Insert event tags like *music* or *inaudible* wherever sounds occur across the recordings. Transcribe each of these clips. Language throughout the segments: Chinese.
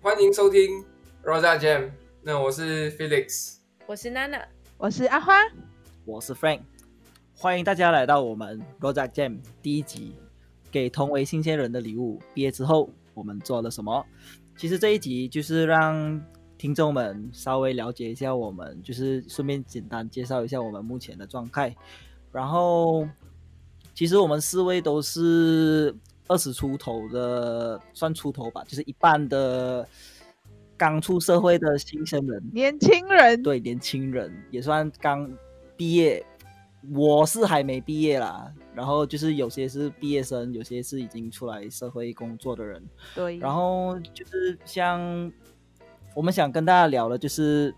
欢迎收听 Rosa Jam。那我是 Felix，我是娜娜，我是阿花，我是 Frank，欢迎大家来到我们 Rosa Jam 第一集，给同为新鲜人的礼物。毕业之后我们做了什么？其实这一集就是让听众们稍微了解一下我们，就是顺便简单介绍一下我们目前的状态。然后，其实我们四位都是二十出头的，算出头吧，就是一半的刚出社会的新生人。年轻人，对年轻人也算刚毕业，我是还没毕业啦。然后就是有些是毕业生，有些是已经出来社会工作的人。对，然后就是像我们想跟大家聊的，就是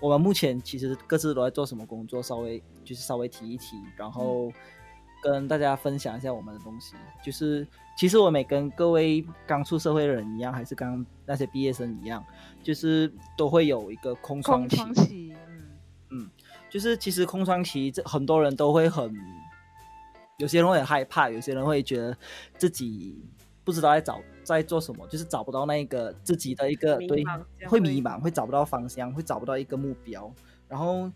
我们目前其实各自都在做什么工作，稍微就是稍微提一提，然后跟大家分享一下我们的东西。就是其实我们也跟各位刚出社会的人一样，还是刚那些毕业生一样，就是都会有一个空窗空期。窗期，嗯，就是其实空窗期，这很多人都会很，有些人会很害怕，有些人会觉得自己不知道在找在做什么，就是找不到那个自己的一个迷茫对这，样会会迷茫，会找不到方向，会找不到一个目标。然后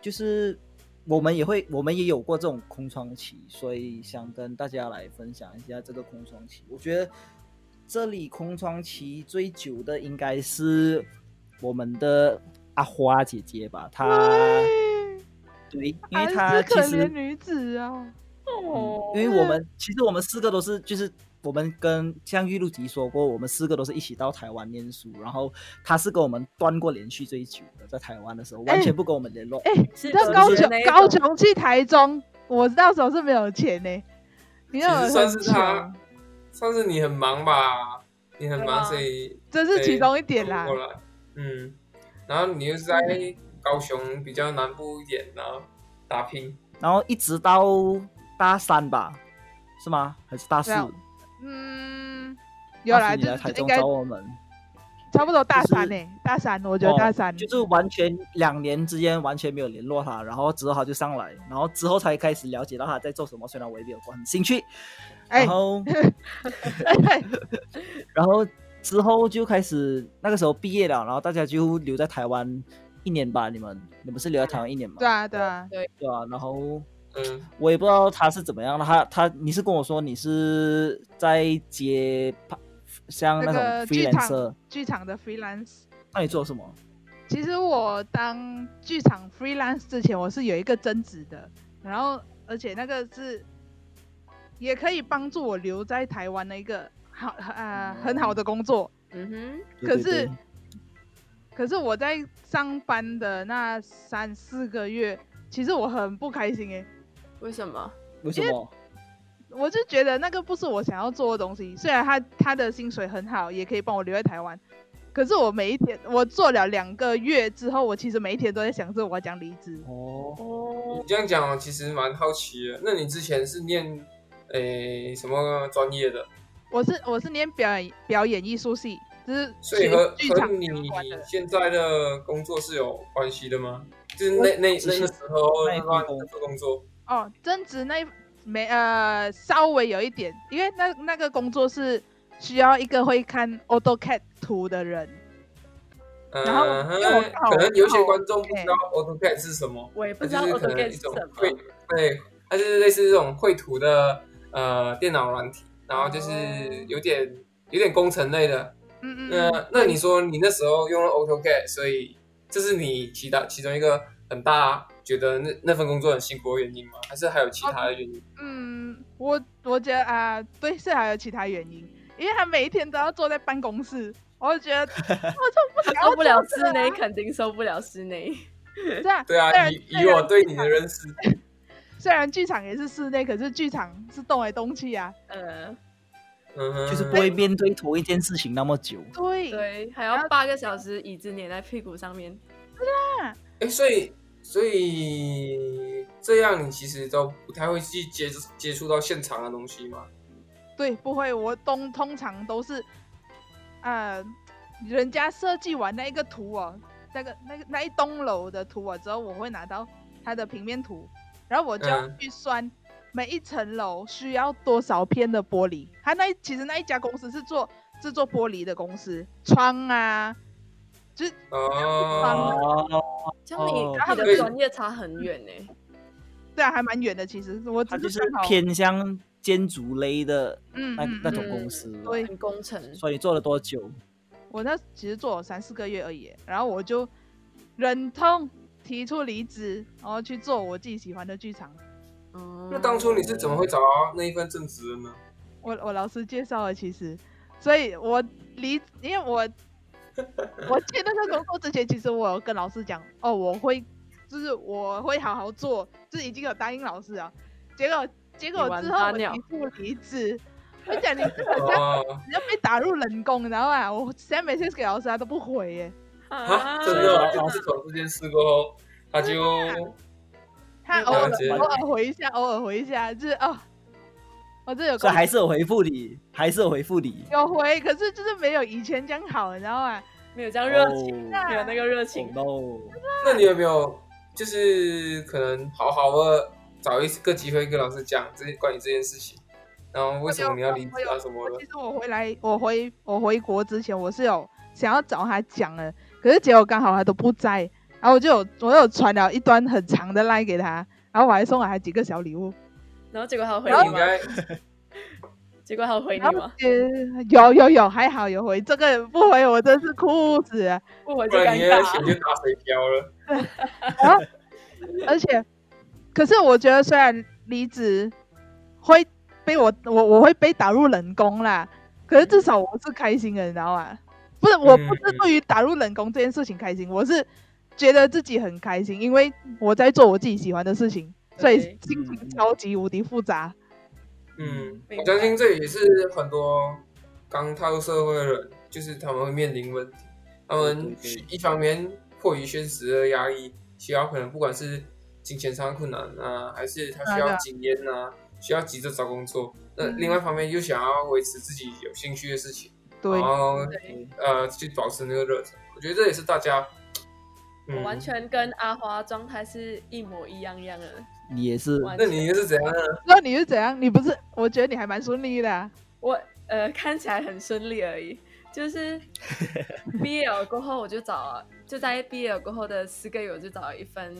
就是我们也会，我们也有过这种空窗期，所以想跟大家来分享一下这个空窗期。我觉得这里空窗期最久的应该是我们的阿花姐姐吧，她对，啊因为她哎这其可实嗯怜女子啊，哦嗯因为我们其实我们四个都是就是。我们跟像玉露吉说过，我们四个都是一起到台湾念书，然后他是跟我们断过连续最久的，在台湾的时候完全不跟我们联络。哎是你知道是高不是雄高雄去台中，我那时候是没有钱呢、其你知道实我算很是穷他，，算是你很忙吧，你很对忙，啊所以这是其中一点啦哎过。来，嗯，然后你又是在高雄比较南部一点，然后打拼，然后一直到大三吧，是吗？还是大四没？有嗯，有啦，大四你就来台是中应该找我们，差不多大就是三呢、大三，我觉得大三、哦就是完全两年之间完全没有联络他，然后之后他就上来，然后之后才开始了解到他在做什么。虽然我也没有很兴趣，哎然后、 *laughs* 哎然后之后就开始那个时候毕业了，然后大家就留在台湾一年吧。你们你们是留在台湾一年吗？ *laughs* 对啊对啊，对啊，然后嗯，我也不知道他是怎么样的，他他你是跟我说你是在接像那那种个剧场 freelancer，剧场的 freelance。那你做什么？其实我当剧场 freelance 之前，我是有一个增值的，然后而且那个是也可以帮助我留在台湾的一个好呃很好的工作。嗯对可对是对可是我在上班的那三四个月，其实我很不开心诶、欸哼，为什么？为什么？我就觉得那个不是我想要做的东西。虽然他他的薪水很好，也可以帮我留在台湾，可是我每一天我做了两个月之后，我其实每一天都在想着我要讲离职。哦，哦你，这样讲，我其实蛮好奇的。那你之前是念诶、什么专业的？我是我是念表演表演艺术系，就是所以学和剧和场你相关的。现在的工作是有关系的吗？就是那那只那是个时候那一那份段工做工作，哦，增值那一没呃稍微有一点，因为那那个工作是需要一个会看 AutoCAD 图的人。然后嗯哼因为我刚好可能有些我刚好观众不知道 AutoCAD 是什么，我也它不知就道是 auto 可 g a 能一 t 是什种么，绘，对，它就是类似这种绘图的呃电脑软体，然后就是有点有点工程类的。嗯嗯那、嗯，那你说你那时候用了 AutoCAD，所以这是你其他其中一个很大觉得那那份工作很辛苦的原因吗？还是还有其他的原因？嗯，我我觉得啊、对，是还有其他原因，因为他每一天都要坐在办公室，我就觉 *laughs* 得我就不想要受不了做室内，肯定受不了室内。这样。对啊虽，然以虽以我然对剧你场的认识，虽然剧场也是室内，可是剧场是动来动去啊。呃，嗯哼，就是不会面对同一件事情那么久。对，对，还要八个小时椅子粘在屁股上面。哎、所以所以这样你其实都不太会去接触接触到现场的东西嘛？对，不会，我通通常都是，呃，人家设计完那一个图哦，那个那个那一栋楼的图哦之后，我会拿到它的平面图，然后我就要嗯去算每一层楼需要多少片的玻璃。它那一其实那一家公司是做制作玻璃的公司，窗啊，就是哦，哦，像你哦你的专业差很远呢、对啊，还蛮远的。其实我它只就是刚好偏向建筑类的嗯那嗯那种嗯公司吧。对很工程。所以你做了多久？我那其实做了三四个月而已，然后我就忍痛提出离职，然后去做我自己喜欢的剧场。嗯那当初你是怎么会找到那一份正职的 *laughs* 呢？我我老师介绍了，其实，所以我离，因为我 *laughs* 我去那个工作之前，其实我有跟老师讲，哦，我会，就是我会好好做，就是已经有答应老师啊。结果结果你完之后蛋我了提出离职，我讲你这个像哦，你要被打入冷宫，你知道吗？我 send message 给老师，他都不回耶。啊，真对的啊哦，就是从这件事过后，他就他了偶尔解偶尔回一下，偶尔回一下，就是哦，我这有所空以还是有回复你，还是有回复你。有回，可是就是没有以前这样好，你知道吗？没有这样热哦情，情啊没有那个热情。哦那你有没有就是可能好好的找一个机会跟老师讲这关于这件事情，然后为什么你要离职啊什么我的其？实我回来，我回我回国之前，我是有想要找他讲的，可是结果刚好他都不在，然后我就有我有传了一段很长的 line 给他，然后我还送了他几个小礼物，然后结果他有回那你你应吗？该结果他有回你然后吗？呃有有有还好有回，这个不回我真是哭死了。不回不就然尴你的钱尬。就打水漂了。而且，可是我觉得虽然离职会被我我我会被打入冷宫啦，可是至少我是开心的，你知道吗？不是，我不嗯是对于打入冷宫这件事情开心，我是觉得自己很开心，因为我在做我自己喜欢的事情，所以 OK 心情嗯超级无敌复杂。嗯，明白我相信这也是很多刚踏入社会的人，就是他们会面临问题。他们对对对一方面迫于现实的压力，需要可能不管是金钱上的困难啊，还是他需啊对要啊经验啊，需要急着找工作。那嗯另外一方面又想要维持自己有兴趣的事情，对然，哦后对，呃去保持那个热忱。我觉得这也是大家，我嗯，完全跟阿花状态是一模一样样的。你也是完嗯那全你又是怎样呢？那你是怎样？你不是？我觉得你还蛮顺利的啊、我呃看起来很顺利而已，就是毕业了过后我就找了，就在毕业了过后的四个月我就找了一份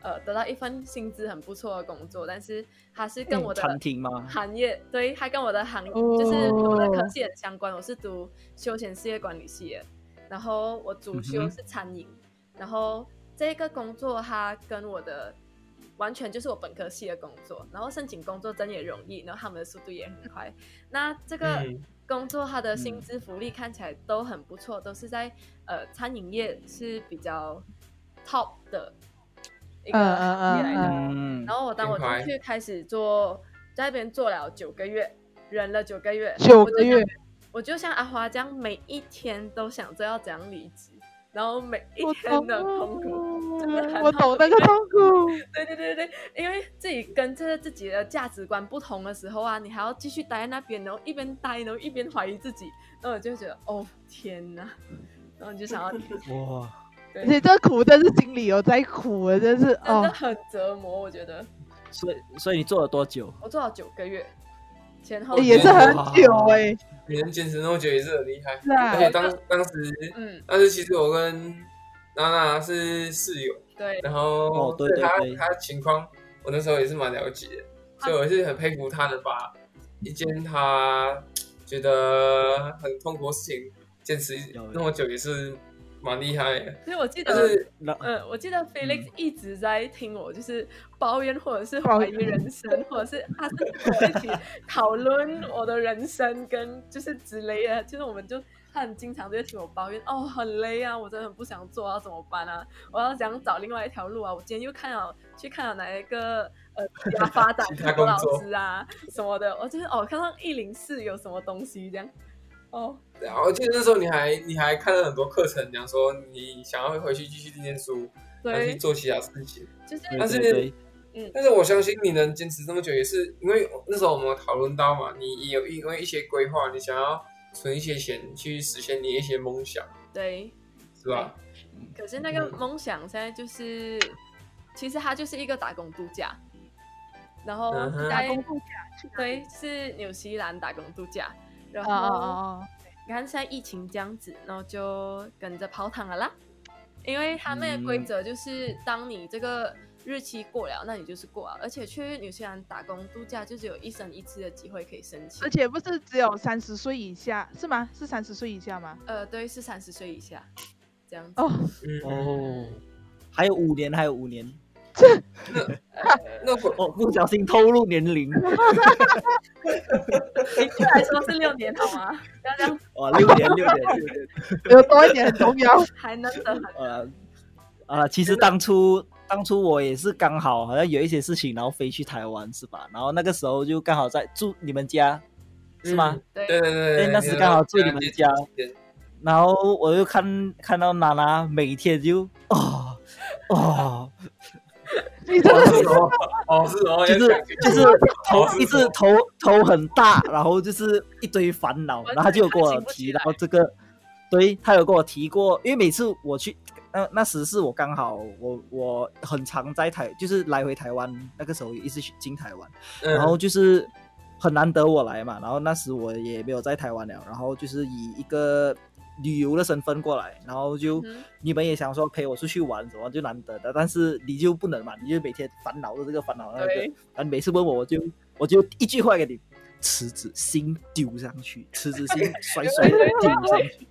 呃得到一份薪资很不错的工作，但是它是嗯跟我的餐厅吗？行业，对，它跟我的行哦就是呃我的科系很相关，我是读休闲事业管理系的，然后我主修嗯哼是餐饮，然后这个工作它跟我的完全就是我本科系的工作，然后申请工作真也容易，然后他们的速度也很快。那这个嗯工作它的薪嗯资福利看起来都很不错，都是在呃餐饮业是比较 top 的一个嗯嗯行业来的。嗯嗯，然后我当我品牌进去开始做，在那边做了九个月，忍了九个月，九我个就像月，我就像阿华这样，每一天都想着要怎样离职，然后每一我天懂的痛苦。哦真的很我痛懂那个苦痛苦。对对对对，对因为自己跟这个自己的价值观不同的时候啊，你还要继续待在那边，然后一边待，然后一边怀疑自己，然后我就觉得哦天哪，然后你就 *laughs* 想要哇，对而，且这苦真是心里有在苦的，真是真哦的，很折磨。我觉得所以所以你做了多久？我做了九个月，前后哦也是很久哎、你能坚持那么久也是很厉害。是啊而且当当时，嗯但是其实我跟娜娜是室友，对，然后哦对对她对她情况，我那时候也是蛮了解的，所以我是很佩服她的把一件她觉得很痛苦的事情坚持有那么久，也是蛮厉害的。所以我记得但是那嗯，我记得 Felix 一直在听我，就是抱怨或者是抱怀怨疑人生， *laughs* 或者是他是跟我一起讨论我的人生跟就是之类的，就是我们就他很经常就会听我抱怨，哦，很累啊，我真的很不想做啊，怎么办啊？我要想找另外一条路啊，我今天又看了去看了哪一个呃国家发展其他国工老作师啊什么的，我就是哦看到一零四有什么东西这样，哦，然后我记得那时候你还你还看了很多课程，讲说你想要回去继续念书，然后去对，做其他事情。就是但是对对但是我相信你能坚持这么久，也是因为那时候我们有讨论到嘛，你也有因为一些规划，你想要存一些钱去实现你一些梦想，对。是吧？可是那个嗯梦想现在就是，其实它就是一个打工度假，然后嗯哼在、打工度假去哪里对是纽西兰打工度假，然哦哦后哦你看现在疫情这样子，然后就跟着泡汤了啦。嗯因为他们的规则就是，当你这个日期过了，那你就是过了。而且去纽西兰打工度假，就只有一生一次的机会可以申请而。且不是只有三十岁以下是吗？是三十岁以下吗？呃，对，是三十岁以下这样子。哦，嗯，哦，还有五年，还有五年。那回 *laughs* 哦，不小心透露年龄，明确来说是六年好吗？不 *laughs* 要这样，哇，哦六年，六 *laughs* 年，六年， *laughs* 有多一点很重要。还能等很呃，啊，其实当初当初我也是刚好好像有一些事情，然后飞去台湾是吧？然后那个时候就刚好在住你们家是吗？嗯对对对对对，对那时刚好住你们家对然后我就看看到娜娜每天就哦 *laughs* 哦，你真的哦是哦，哦是哦，就是要讲就是哦头是一直头头很大，然后就是一堆烦恼，完全然后他就有跟开我心不提起来到这个，对他有跟我提过，因为每次我去。呃那那时是我刚好我我很常在台，就是来回台湾，那个时候一直去进台湾，嗯然后就是很难得我来嘛，然后那时我也没有在台湾了，然后就是以一个旅游的身份过来，然后就、嗯哼你们也想说陪我出去玩什么就难得的，但是你就不能嘛，你就每天烦恼的这个烦恼那个，对然后你每次问我我就我就一句话给你，辞职心丢上去，辞职心甩 *laughs* 甩对对丢上去，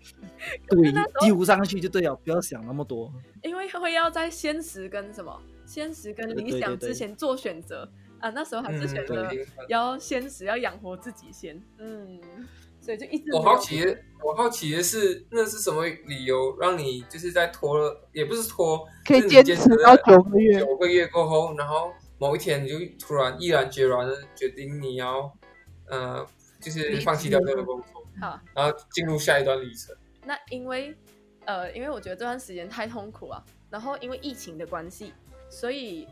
对那时，候丢上去就对了，不要想那么多。因为会要在现实跟什么现实跟对理对想对对之前做选择啊，那时候还是嗯选择对要现实，要养活自己先，嗯，所以就一直我没有好奇的，我好奇的是，那是什么理由让你就是在拖了，也不是拖， *laughs* 可以就是你坚坚持持到了九个月，九个月过后，然后某一天你就突然毅然决然的决定你要，呃，就是放弃掉这个工作，好。然后进入下一段旅程。那因为呃，因为我觉得这段时间太痛苦啊，然后因为疫情的关系，所以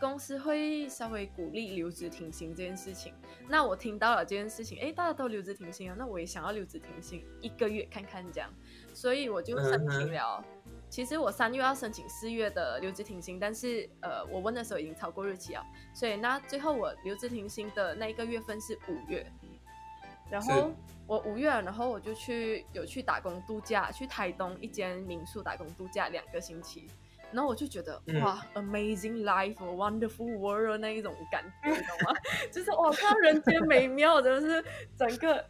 公司会稍微鼓励留职停薪这件事情。那我听到了这件事情，诶，大家都留职停薪啊，那我也想要留职停薪一个月看看这样，所以我就申嗯哼请了。其实我三月要申请四月的留职停薪，但是呃，我问的时候已经超过日期了，所以那最后我留职停薪的那一个月份是五月，然后是我五月，然后我就去有去打工度假，去台东一间民宿打工度假两个星期，然后我就觉得、嗯哇，amazing life, wonderful world 那一种感觉，你 *laughs* 懂吗？就是哇，看到人间美妙，真的是整个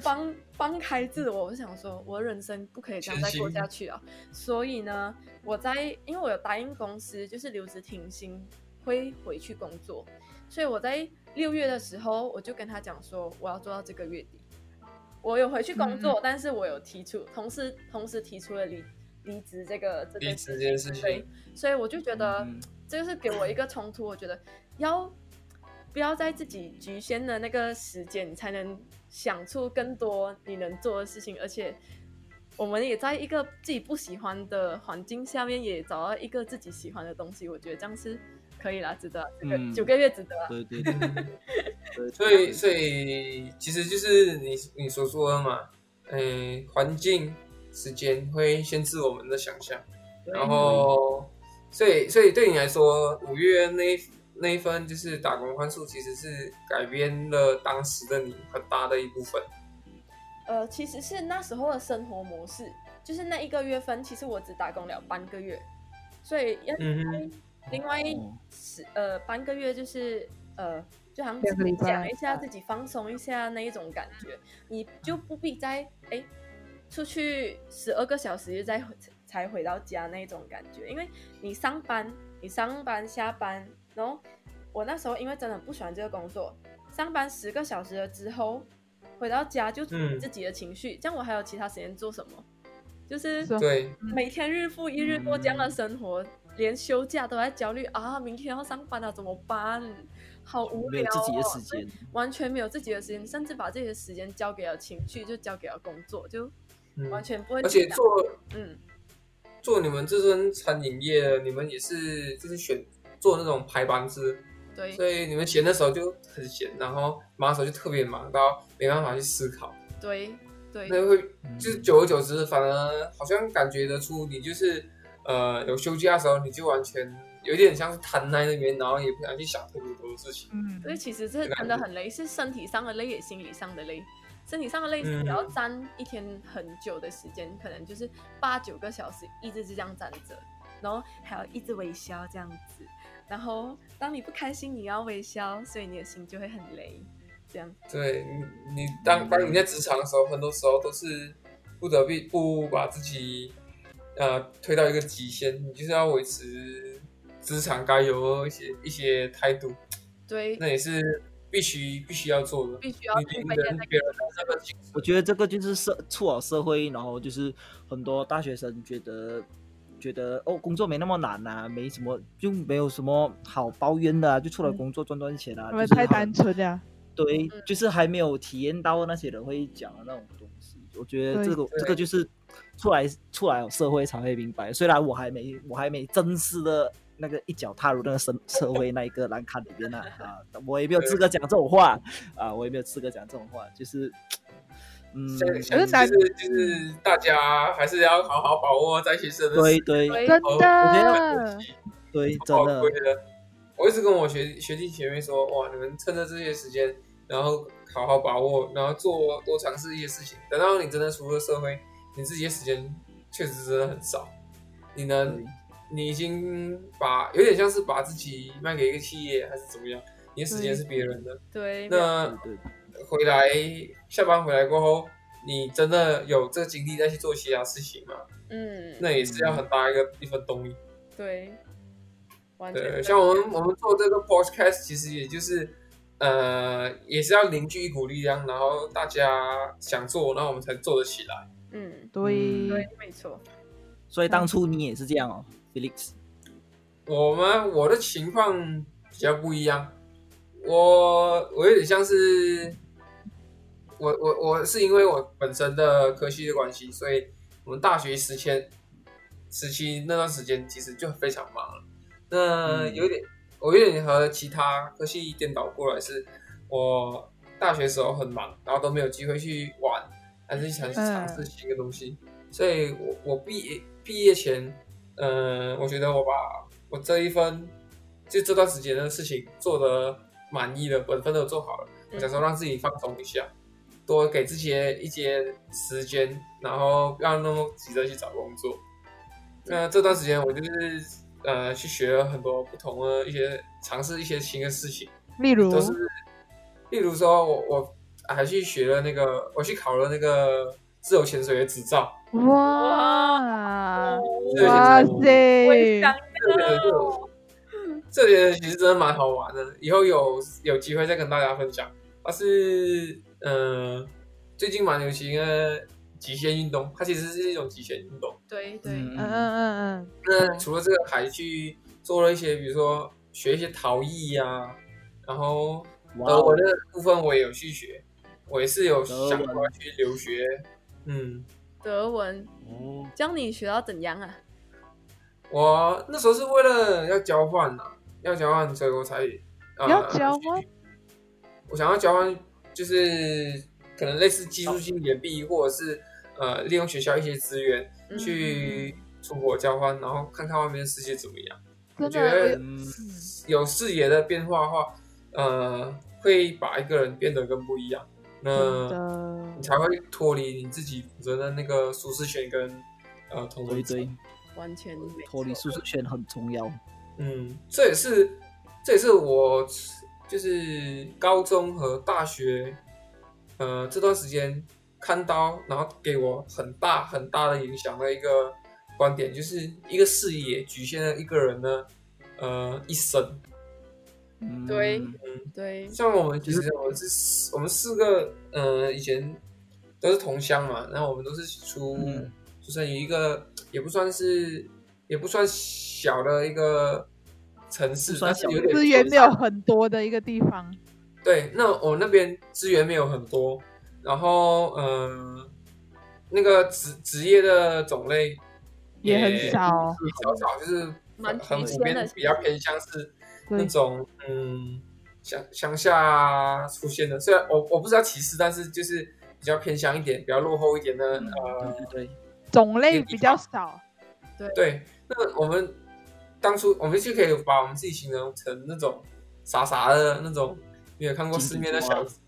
放放开自我。我想说，我的人生不可以这样再过下去啊！所以呢，我在因为我有答应公司，就是留职停薪会回去工作，所以我在六月的时候，我就跟他讲说，我要做到这个月底。我有回去工嗯作，但是我有提出，同时同时提出了离离职这个这离件职事这情，件事对情，，所以我就觉得。嗯这就是给我一个冲突。我觉得要不要在自己局限的那个时间，你才能想出更多你能做的事情，而且。我们也在一个自己不喜欢的环境下面，也找到一个自己喜欢的东西，我觉得这样是可以啦，值得啊，这个嗯九个月值得啊。对对对 *laughs* 对，所以所以其实就是你你所说的嘛，嗯、环境、时间会限制我们的想象。对然后，所以所以对你来说，五月那一那一份就是打工换宿，其实是改变了当时的你很大的一部分。呃，其实是那时候的生活模式，就是那一个月份，其实我只打工了半个月，所以要嗯哼另外哦十呃半个月就是呃，就好像两个自己礼拜讲一哎下自己放松一下那一种感觉，你就不必再哎出去十二个小时就再回才回到家那一种感觉，因为你上班，你上班下班，然后我那时候因为真的很不喜欢这个工作，上班十个小时了之后回到家就处理嗯自己的情绪，这样我还有其他时间做什么？就是是啊对，每天日复一日过这样的生活，连休假都在焦虑啊！明天要上班了，怎么办？好无没有聊、哦，自己的时间，完全没有自己的时间，甚至把自己的时间交给了情绪，就交给了工作，就嗯，完全不会而去且想。做嗯，做你们这身餐饮业的，你们也是就是选做那种排班制，对所以你们闲的时候就很闲，然后忙的时候就特别忙到没办法去思考，对对，那会嗯就是久而久之，反而好像感觉得出你就是呃有休假的时候，你就完全有点像是瘫在那边，然后也不想去想特别多的事情。嗯所以其实这真的很累，是身体上的累，也心理上的累。身体上的累积只要嗯站一天很久的时间，可能就是八九个小时，一直就这样站着，然后还要一直微笑这样子。然后当你不开心，你要微笑，所以你的心就会很累。这样，对你，你当当你在职场的时候，很多时候都是不得必不把自己呃推到一个极限，你就是要维持职场该有的一些一些态度，对，那也是必须必须要做的。必须要你去你每天人在别人那个精我觉得这个就是社促好社会，然后就是很多大学生觉得觉得哦，工作没那么难呐、没什么就没有什么好抱怨的、啊，就出来工作赚赚钱嗯啊。他就们是太好单纯了。对，嗯就是还没有体验到那些人会讲的那种东西。我觉得对这个这个就是出来出来社会才会明白。虽然我还没我还没正式的那个一脚踏入那个社社会那一个栏坎里边呢啊，我也没有资格讲这种话啊，我也没有资格讲这种话，就是嗯，像可是像男就是就是大家还是要好好把握在学生的对时对对真候，的，对，好真宝的贵的。哦我一直跟我学学弟学妹说，哇，你们趁着这些时间，然后好好把握，然后做多尝试一些事情。等到你真的出了社会，你自己的时间确实真的很少。你能对，你已经把有点像是把自己卖给一个企业还是怎么样，你的时间对是别人的。对，那对对回来下班回来过后，你真的有这个精力再去做其他事情吗？嗯，那也是要很大一个一份动力。对，完全对，对像我们我们做这个 podcast，其实也就是呃，也是要凝聚一股力啊量，然后大家想做，然后我们才做得起来。嗯，对对，，没错，所以当初你也是这样哦，Felix。我们我的情况比较不一样，我我有点像是我我我是因为我本身的科系的关系，所以我们大学时期时期呃那段时间其实就非常忙了。那嗯有点，我有点和其他科系颠倒过来是，我大学时候很忙，然后都没有机会去玩，还是想去尝试新的东西。所以我我毕业毕业前，嗯、我觉得我把我这一份就这段时间的事情做的满意了，本分都做好了。我想说让自己放松一下，多给自己一些时间，然后不要那么急着去找工作。那这段时间我就是呃去学了很多不同的一些尝试一些新的事情，例如都是例如说我我还去学了那个我去考了那个自由潜水的执照，哇对哇我也塞想，这个就这些其实真的蛮好玩的，以后有有机会再跟大家分享。它是呃最近蛮流行的极限运动，它其实是一种极限运动。对对嗯嗯嗯嗯那除了这个，还去做了一些，比如说学一些陶艺呀、啊，然后哇德哦文的部分我也有去学，我也是有德想文过要去留学。嗯，德文哦，教你学到怎样啊？我那时候是为了要交换啊，要交换，所以我才、呃、嗯，要交换我想要交换，就是可能类似技术性延毕，或者是呃利用学校一些资源嗯去出国交换，然后看看外面的世界怎么样。真我觉得的嗯，有视野的变化的话，呃，会把一个人变得更不一样。真那的你才会脱离你自己本身的那个舒适圈跟呃同对温层对，完全没脱离错舒适圈很重要。嗯，这也是这也是我就是高中和大学，呃这段时间看到，然后给我很大很大的影响的一个观点，就是一个视野局限了一个人的呃一生。嗯对嗯，对，像我们其实我们是四我们四个，呃，以前都是同乡嘛，然后我们都是出、嗯出生于一个也不算是也不算小的一个城市不，算但是小有的点资源没有很多的一个地方，对，那我那边资源没有很多，然后呃，那个职职业的种类也很少，比较少，就是蛮很局普限遍的，比较偏向是那对，种嗯乡乡下出现的，虽然我我不知道歧视，但是就是比较偏乡一点、比较落后一点嗯的、呃，对对种类比较少，对。那我们当初我们就可以把我们自己形容啊成那种傻傻的那种没有看过世面的小子，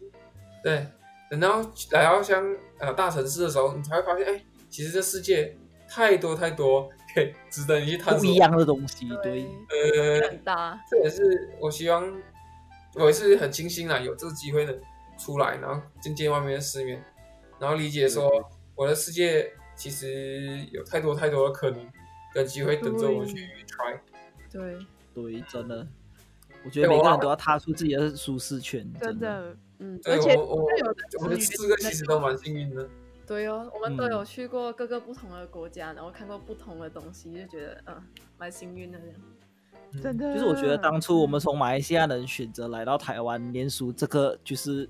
对。等到来到像呃大城市的时候，你才会发现，哎，其实这世界太多太多可以值得你去探索。不一样的东西，对，呃，很大，这也是我希望，我也是很庆幸啊，有这个机会能出来，然后见见外面的世面，然后理解说我的世界其实有太多太多的可能跟机会等着我去 try。对，对，真的，我觉得每个人都要踏出自己的舒适圈，真真的。的，嗯，对而且我我会有的我们子女四个其实都蛮幸运的，对哦，我们都嗯有去过各个不同的国家，然后看过不同的东西，就觉得嗯，蛮幸运的这样。嗯真的，就是我觉得当初我们从马来西亚人选择来到台湾念书，这个就是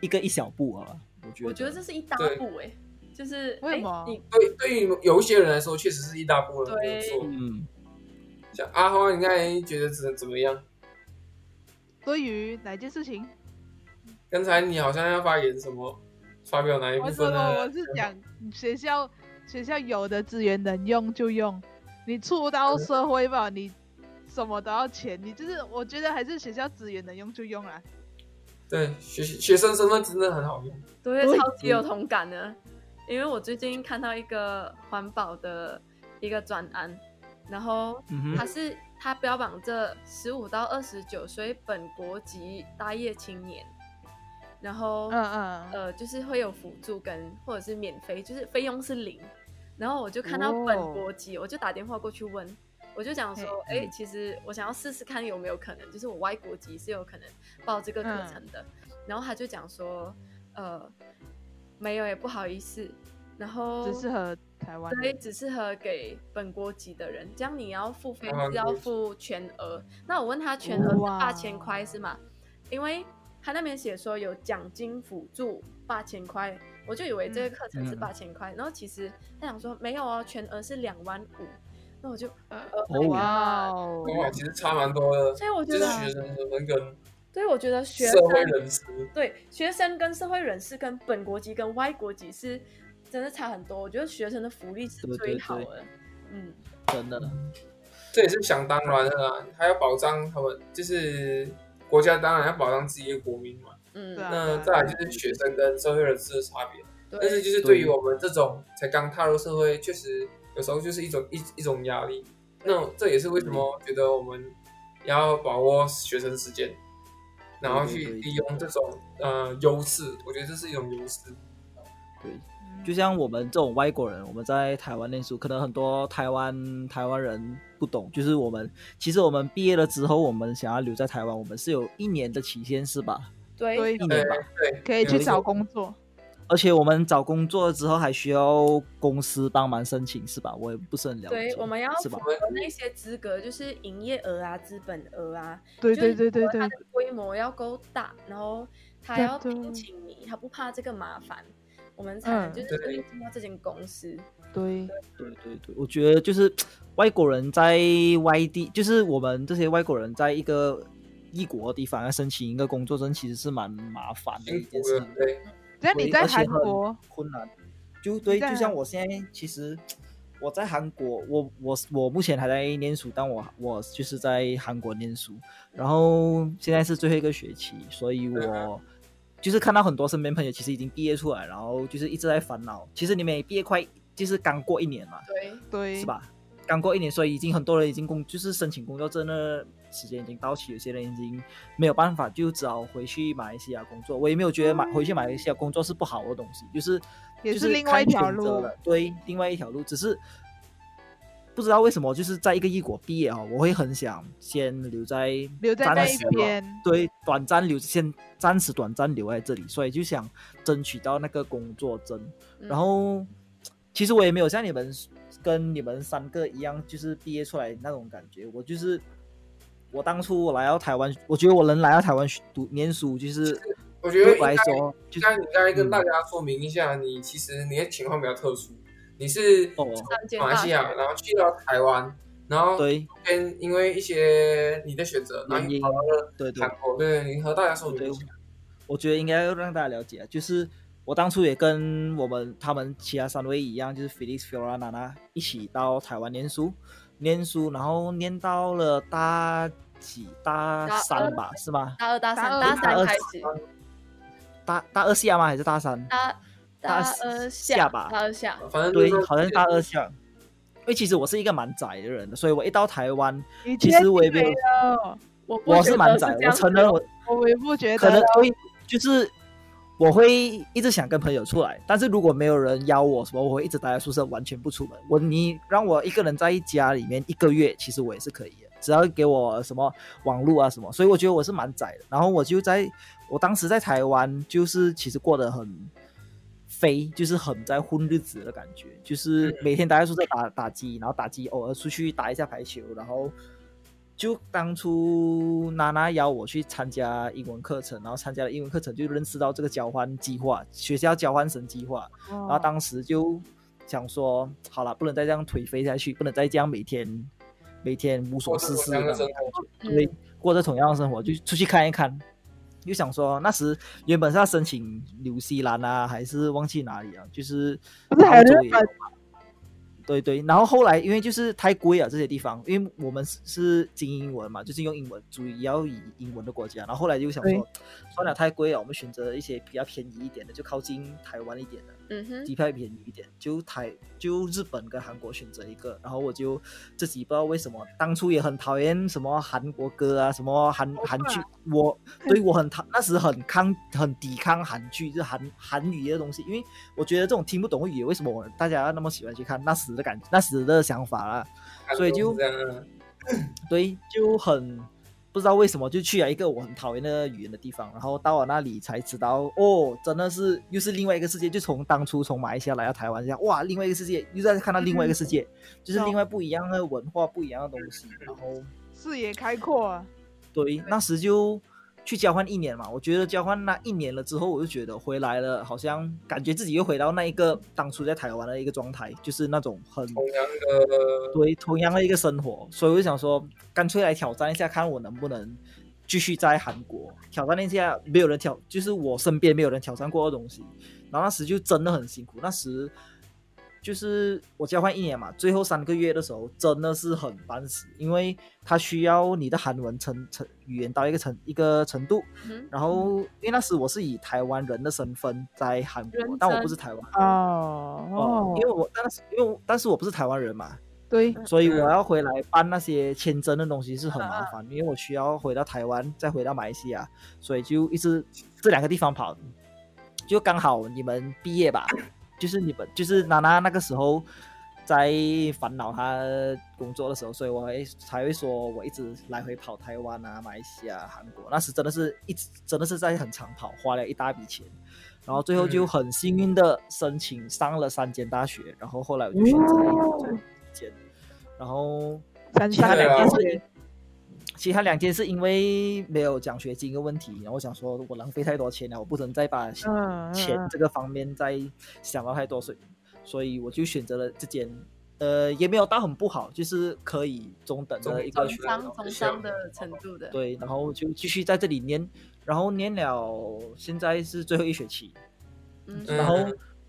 一个一小步啊。我觉得，我觉得这是一大对步哎、就是哎为什么你对，对于有一些人来说，确实是一大步了。对没有错嗯，像阿花，你刚才觉得怎怎么样？对于哪件事情，刚才你好像要发言什么，发表哪一部我分说呢？我是讲学校学校有的资源能用就用，你出到社会吧，你什么都要钱，你就是我觉得还是学校资源能用就用啊啦。对，学学生身份真的很好用。对，对超级嗯有同感的，因为我最近看到一个环保的一个专案，然后嗯它哼，是它标榜着十五到二十九岁本国籍待业青年，然后嗯嗯，呃，就是会有辅助跟或者是免费，就是费用是零。然后我就看到本哦嗯国籍，我就打电话过去问，我就讲说，哎、嘿其实我想要试试看有没有可能，就是我外国籍是有可能报这个课嗯程的。然后他就讲说，呃，没有也不好意思，然后只适合台湾所以只适合给本国籍的人，这样你要付费台湾是要国籍付全额。那我问他全额是哇八千块是吗？因为他那边写说有奖金辅助八千块，我就以为这个课程是嗯八千块，然后其实他想说没有哦，全额是两万五，那我就呃，Oh my 哇 god 哦，哇，其实差蛮多的，所以我就觉是得，学生身份跟所以我觉得学社会生人士，对学生跟社会人士、跟本国籍、跟外国籍是真的差很多。我觉得学生的福利是对对最对好的，嗯。真的，这也是想当然的啦。还要保障他们，就是国家当然要保障自己的国民嘛。嗯，对啊那再来就是学生跟社会人士的差别。但是对，就是对于我们这种才刚踏入社会，确实有时候就是一种一一种压力。那这也是为什么嗯觉得我们要把握学生时间，然后去对对对利用这种呃优势，我觉得这是一种优势。对，嗯就像我们这种外国人，我们在台湾念书，可能很多台湾台湾人不懂，就是我们其实我们毕业了之后，我们想要留在台湾，我们是有一年的期限是吧？对，对一年吧。可以去找工作，而且我们找工作之后还需要公司帮忙申请是吧？我也不是很了解。对，我们要是符吧？合那些资格，就是营业额啊、资本额啊，对就是对对对它对的，规模要够大，然后他对要对聘请你，他不怕这个麻烦，我们才能嗯就是对进到这间公司。对，对对对，我觉得就是外国人在外地，就是我们这些外国人在一个异国的地方要申请一个工作证，其实是蛮麻烦的辛一苦件事了情。，对，只要你在而且韩很国，困难，就对，在就像韩我现在其实我在韩国，我我我目前还在念书，但我我就是在韩国念书，然后现在是最后一个学期，所以我。就是看到很多身边朋友其实已经毕业出来，然后就是一直在烦恼。其实你们也毕业快，就是刚过一年嘛，对，对，是？吧？刚过一年，所以已经很多人已经工，就是申请工作证的时间已经到期，有些人已经没有办法，就只好回去马来西亚工作。我也没有觉得嗯马回去马来西亚工作是不好的东西，就是也就是是另外一看条选择路了，对，另外一条路，只是不知道为什么，就是在一个异国毕业哦，我会很想先留在留在暂那一时吧边，对，短暂留先暂时短暂留在这里，所以就想争取到那个工作证。嗯然后其实我也没有像你们跟你们三个一样，就是毕业出来那种感觉。我就是我当初我来到台湾，我觉得我能来到台湾学读念书，就是我觉得对应我该来说，应就嗯是该你该跟大家说明一下，你其实你的情况比较特殊，你是哦，上间马来大西亚，学然后去到台湾，然后对跟因为一些你的选择，然后原你因跑到了对对韩，国，对，你和大家说明一下。我觉得应该要让大家了解啊，就是我当初也跟我们他们其他三位一样，就是 Felix、Fiora、Nana 一起到台湾念书，念书，然后念到了大几大大二三吧，是吗？大二、大三、大二大大三二开始，大大二下吗？还是大三？大大二下吧大二下，反正就对是说，好像是大二下。因为其实我是一个蛮宅的人，所以我一到台湾，你其确实我也定没有了我不我觉得是蛮宅是这的，我样承子认哦我我也不觉可能得。会就是我会一直想跟朋友出来，但是如果没有人邀我什么，我会一直待在宿舍，完全不出门。我你让我一个人在家里面一个月，其实我也是可以的，只要给我什么网络啊什么，所以我觉得我是蛮窄的。然后我就在我当时在台湾，就是其实过得很。飞就是很在混日子的感觉，就是每天待在宿舍打打机，然后打机，偶尔出去打一下排球，然后就当初娜娜邀我去参加英文课程，然后参加了英文课程，就认识到这个交换计划，学校交换生计划，哦然后啊当时就想说，好了，不能再这样颓废下去，不能再这样每天每天无所过事是事我这样的样生活，所以过着同样的生活，就出去看一看。就想说，那时原本是要申请纽西兰啊，还是忘记哪里啊？就是不是还澳有洲日也有本嘛对对，然后后来因为就是太贵了这些地方，因为我们是是精英英文嘛，就是用英文，主要以英文的国家。然后后来就想对说，算了，太贵了，我们选择一些比较便宜一点的，就靠近台湾一点的。嗯哼，机票也便宜一点，就台就日本跟韩国选择一个，然后我就自己不知道为什么，当初也很讨厌什么韩国歌啊，什么韩韩剧，我对我很讨那时很抗很抵抗韩剧，就是韩韩语的东西，因为我觉得这种听不懂的语言，为什么我大家那么喜欢去看那时的感那时的想法啊啦，所以就这样啊。对，就很不知道为什么就去了一个我很讨厌的语言的地方，然后到了那里才知道，哦，真的是又是另外一个世界。就从当初从马来西亚来到台湾这样，哇，另外一个世界，又在看到另外一个世界，就是另外不一样的文化，不一样的东西。然后视野开阔啊，对，那时就去交换一年嘛，我觉得交换那一年了之后，我就觉得回来了，好像感觉自己又回到那一个当初在台湾的一个状态，就是那种很同样的，对，同样的一个生活，所以我就想说，干脆来挑战一下，看我能不能继续在韩国挑战一下没有人挑，就是我身边没有人挑战过的东西。然后那时就真的很辛苦，那时就是我交换一年嘛，最后三个月的时候真的是很烦死，因为他需要你的韩文程程语言到一个程一个程度，嗯然后因为那时我是以台湾人的身份在韩国人，但我生不是台湾人哦哦，因为我但是因为我但是我不是台湾人嘛，对，所以我要回来办那些签证的东西是很麻烦，因为我需要回到台湾，再回到马来西亚，所以就一直这两个地方跑。嗯就刚好你们毕业吧，就是你们就是娜娜那个时候在烦恼她工作的时候，所以我会才会说我一直来回跑台湾啊、马来西亚、韩国，那时真的是一直真的是在很长跑，花了一大笔钱。然后最后就嗯很幸运的申请上了三间大学，然后后来我就选择了一哦间，然后三其他三对两啊天是，其他两天是因为没有奖学金的问题，然后我想说我浪费太多钱了，我不能再把嗯钱这个方面再想到太多，所以所以我就选择了这间，呃，也没有到很不好，就是可以中等的一个中学中商中商的程度的，对，然后就继续在这里念，然后念了，现在是最后一学期，嗯，嗯然后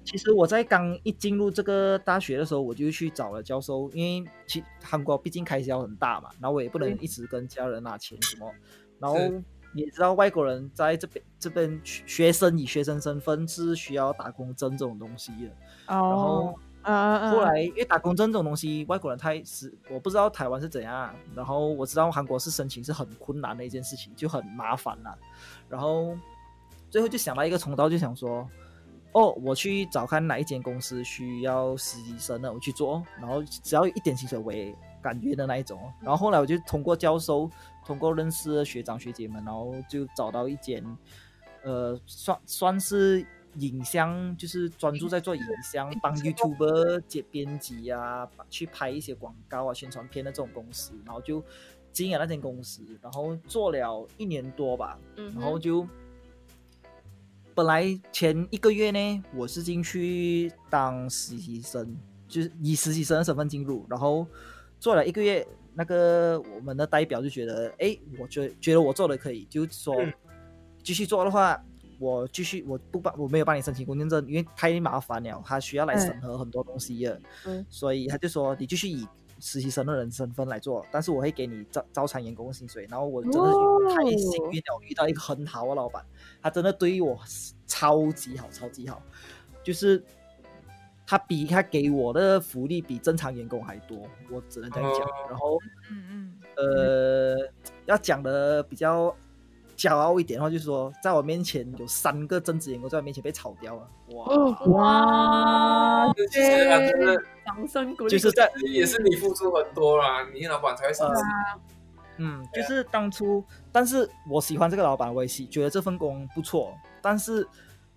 其实我在刚一进入这个大学的时候，我就去找了教授，因为其韩国毕竟开销很大嘛，然后我也不能一直跟家人拿钱什么，然后是你也知道外国人在这边这边学学生以学生身份是需要打工证这种东西的，然后哦，嗯嗯嗯，后来因为打工证这种东西，外国人太是我不知道台湾是怎样啊，然后我知道韩国是申请是很困难的一件事情，就很麻烦啦、然后最后就想到一个通道，就想说，哦，我去找看哪一间公司需要实习生呢，我去做哦，然后只要一点薪水我也敢约的那一种哦。然后后来我就通过教授，通过认识的学长学姐们，然后就找到一间，呃，算算是。影像就是专注在做影哦像，帮 YouTuber 接编辑啊，把去拍一些广告啊、宣传片的这种公司，然后就经营了那间公司，然后做了一年多吧，嗯哼，然后就本来前一个月呢，我是进去当实习生，就是以实习生的身份进入，然后做了一个月，那个我们的代表就觉得，哎，我觉觉得我做的可以，就说嗯继续做的话。我继续，我不帮，我没有帮你申请工签证，因为太麻烦了，他需要来嗯审核很多东西的，啊嗯所以他就说你继续以实习生的人身份来做，但是我会给你照照常员工薪水。然后我真的哦是太幸运了，我遇到一个很好的老板，他真的对于我超级好，超级好，就是他比他给我的福利比正常员工还多，我只能这样讲。然后哦嗯呃，要讲的比较骄傲一点的话，就是说，在我面前有三个正职员工在我面前被炒掉了，哇！哦哇，就其实啊，真的掌声鼓励，就是在也是你付出很多啦，你老板才会赏识你。嗯，就是当初，但是我喜欢这个老板，我也喜觉得这份工不错，但是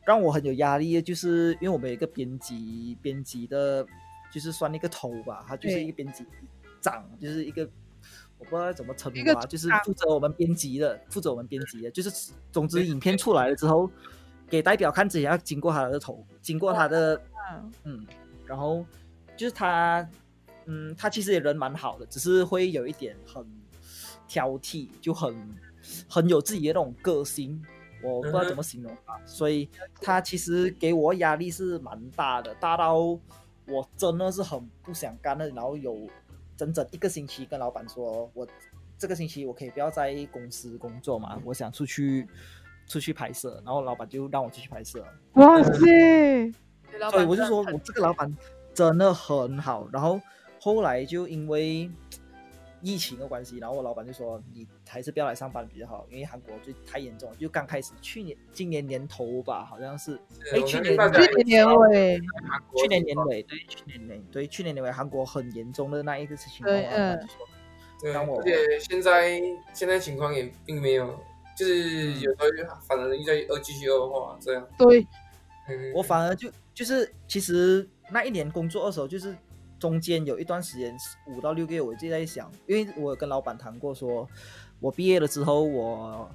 让我很有压力的就是，因为我们有一个编辑，编辑的，就是算一个头吧，他就是对一个编辑长，就是一个我不知道怎么称一呼个啊，就是长负责我们编辑的，负责我们编辑的，就是总之影片出来了之后，给代表看之前要经过他的头，经过他的嗯嗯，然后就是他，嗯，他其实也人蛮好的，只是会有一点很挑剔，就很很有自己的那种个性，我不知道怎么形容他，所以他其实给我压力是蛮大的，大到我真的是很不想干的，然后有整整一个星期跟老板说，我这个星期我可以不要在公司工作嘛，我想出去出去拍摄，然后老板就让我出去拍摄，哇塞，对老所以板我就真的说很我这个老板真的很好。然后后来就因为疫情的关系，然后我老板就说你还是不要来上班比较好，因为韩国最太严重了。就刚开始去年今年年头吧，好像是哎去年啊去年尾，去年年尾，对，去年年对去年年尾韩国很严重的那一个事情，对然后我老板嗯就说对，当我而且现在现在情况也并没有，就是有时候就反而遇到恶继续恶化这样。对，嗯我反而就就是其实那一年工作的时候，就是中间有一段时间五到六个月，我就在想，因为我有跟老板谈过说，我毕业了之后我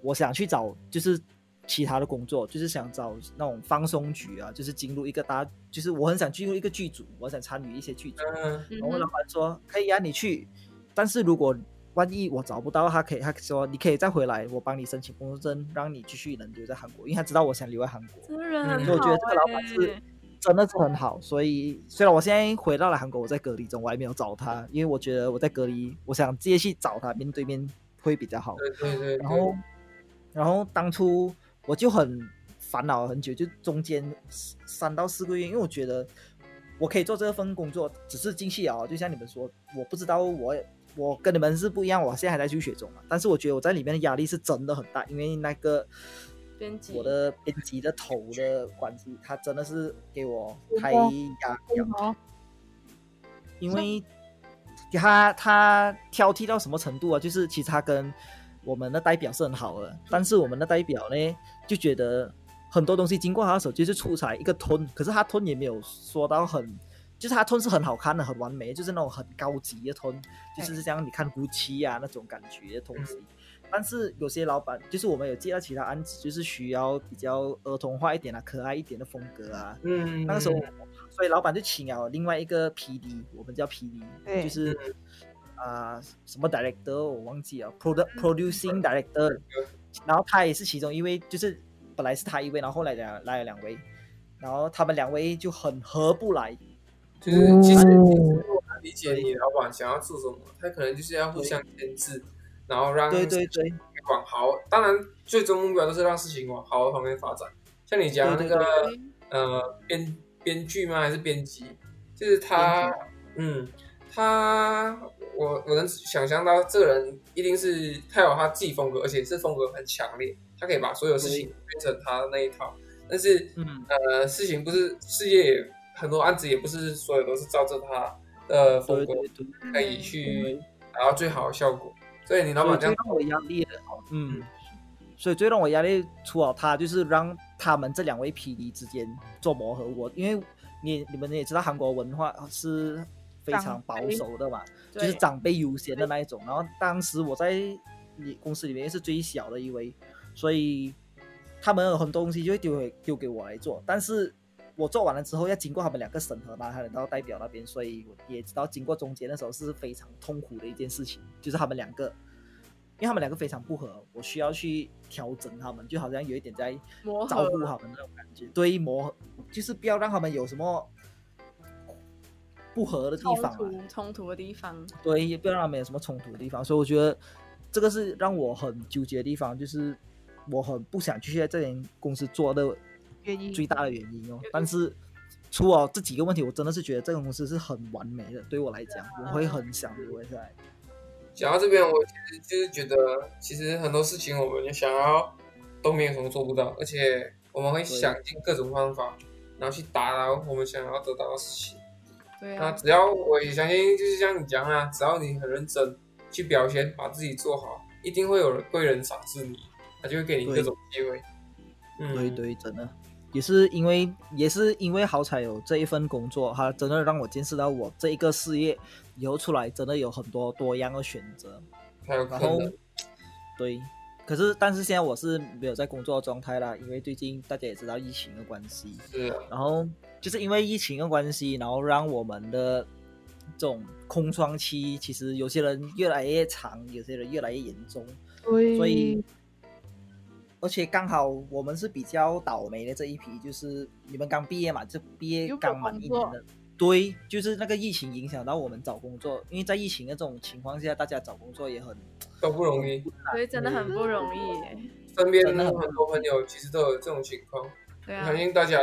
我想去找就是其他的工作，就是想找那种放松局啊，就是进入一个大，就是我很想进入一个剧组，我想参与一些剧组。嗯，嗯然后哼老板说可以啊，你去，但是如果万一我找不到，他可以他说你可以再回来，我帮你申请工作证，让你继续能留在韩国，因为他知道我想留在韩国。真的人嗯很好、欸，所以欸我觉得这个老板是真的是很好，所以虽然我现在回到了韩国，我在隔离中，我还没有找他，因为我觉得我在隔离，我想直接去找他，面对面会比较好。对对对，然后，然后当初我就很烦恼了很久，就中间四三到四个月，因为我觉得我可以做这份工作，只是进去啊，就像你们说，我不知道我我跟你们是不一样，我现在还在求学中嘛，但是我觉得我在里面的压力是真的很大，因为那个编辑我的编辑的头的关系，他真的是给我有太压吗力了。哦，因为他他挑剔到什么程度啊？就是其实他跟我们的代表是很好的，但是我们的代表呢就觉得很多东西经过他的手就是出彩一个吞，可是他吞也没有说到很。就是他吞是很好看的，很完美，就是那种很高级的吞，就是像你看 GUCCI 啊那种感觉的东西。但是有些老板，就是我们有接到其他案子，就是需要比较儿童化一点啊、可爱一点的风格啊，嗯，那个时候，所以老板就请了另外一个 PD，我们叫 PD，对就是啊、什么 director 我忘记了，produ producing director，然后他也是其中一位，就是本来是他一位，然后后来两来了两位，然后他们两位就很合不来，就是哦其实其实我能理解你老板想要做什么，他可能就是要互相牵制，然后让对对对，往好，当然最终目标都是让事情往好的方面发展。像你讲的那对个对呃编编剧吗？还是编辑？就是他，嗯，他我我能想象到这个人一定是他有他自己风格，而且是风格很强烈，他可以把所有事情变成他的那一套。但是嗯，呃，事情不是事业也很多案子也不是所有都是照着他的风对格对对，可以去达到最好的效果。所以你老所以板这样最让我压力的，嗯，所以最让我压力，除了他，就是让他们这两位 PD 之间做磨合。我因为你你们也知道，韩国文化是非常保守的嘛，就对是长辈优先的那一种。然后当时我在呃你公司里面是最小的一位，所以他们有很多东西就会丢给丢给我来做，但是。我做完了之后，要经过他们两个审核嘛，才能到代表那边，所以我也知道经过中间的时候是非常痛苦的一件事情，就是他们两个，因为他们两个非常不合，我需要去调整他们，就好像有一点在磨照合顾他们那种感觉，对磨合，就是不要让他们有什么不合的地冲方、啊，突冲突的地方，对，也不要让他们有什么冲突的地方。所以我觉得这个是让我很纠结的地方，就是我很不想去在这间公司做的原因最大的原因哦。但是除了这几个问题，我真的是觉得这个公司是很完美的，对我来讲，我会很想留下来。讲到这边，我其实就是觉得，其实很多事情我们想要都没有什么做不到，而且我们会想尽各种方法，然后去达到我们想要得到的事情。对那啊，只要我也相信，就是像你讲啊，只要你很认真去表现，把自己做好，一定会有贵人赏识你，他就会给你对各种机会。嗯，对对，真的也是因为也是因为好彩有这一份工作，它真的让我见识到我这一个事业以后出来真的有很多多样的选择。才有可然后能。对，可是但是现在我是没有在工作的状态啦，因为最近大家也知道疫情的关系，是啊，然后就是因为疫情的关系，然后让我们的这种空窗期，其实有些人越来越长，有些人越来越严重，对所以。而且刚好我们是比较倒霉的这一批，就是你们刚毕业嘛，就毕业又没有刚满一年工的，对，就是那个疫情影响到我们找工作，因为在疫情的这种情况下，大家找工作也很都不容易。所以真的很不容易耶。身边真的很很多朋友其实都有这种情况，对我啊相，信大家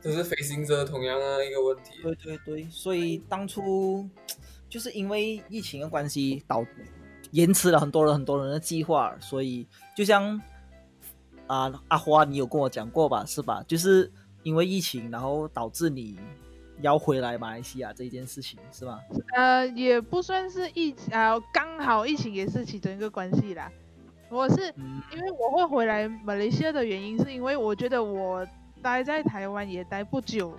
都是 facing 着同样的一个问题。对啊对对，所以当初就是因为疫情的关系，导延迟了很多人很多人的计划，所以就像啊阿花，你有跟我讲过吧，是吧？就是因为疫情，然后导致你要回来马来西亚这一件事情，是吧？呃，也不算是疫啊、刚好疫情也是其中一个关系啦。我是嗯，因为我会回来马来西亚的原因，是因为我觉得我待在台湾也待不久。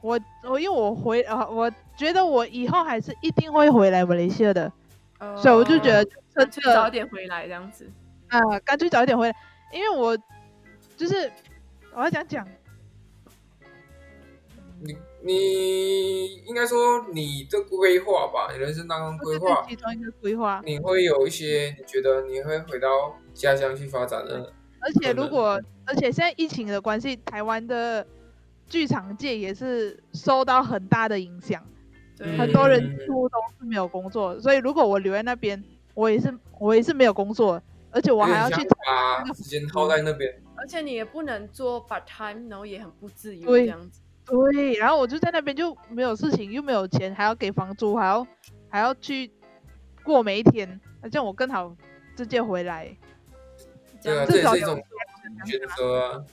我我因为我回啊、我觉得我以后还是一定会回来马来西亚的，呃啊所以我就觉得干趁脆着早点回来这样子。啊，干脆早一点回来，因为我就是我要讲讲，你你应该说你的规划吧，你人生当中这规是划，嗯其中一个规划。你会有一些你觉得你会回到家乡去发展的，而且如果，而且现在疫情的关系，台湾的剧场界也是受到很大的影响，对，很多人嗯几乎都是没有工作。所以如果我留在那边，我也是我也是没有工作，而且我还要有去点像把啊时间耗在那边。而且你也不能做 part time，然后也很不自由对这样子。对，然后我就在那边就没有事情，又没有钱，还要给房租，还要还要去过每一天，那这样我更好直接回来。这对啊这也样子至少是一有种选择啊，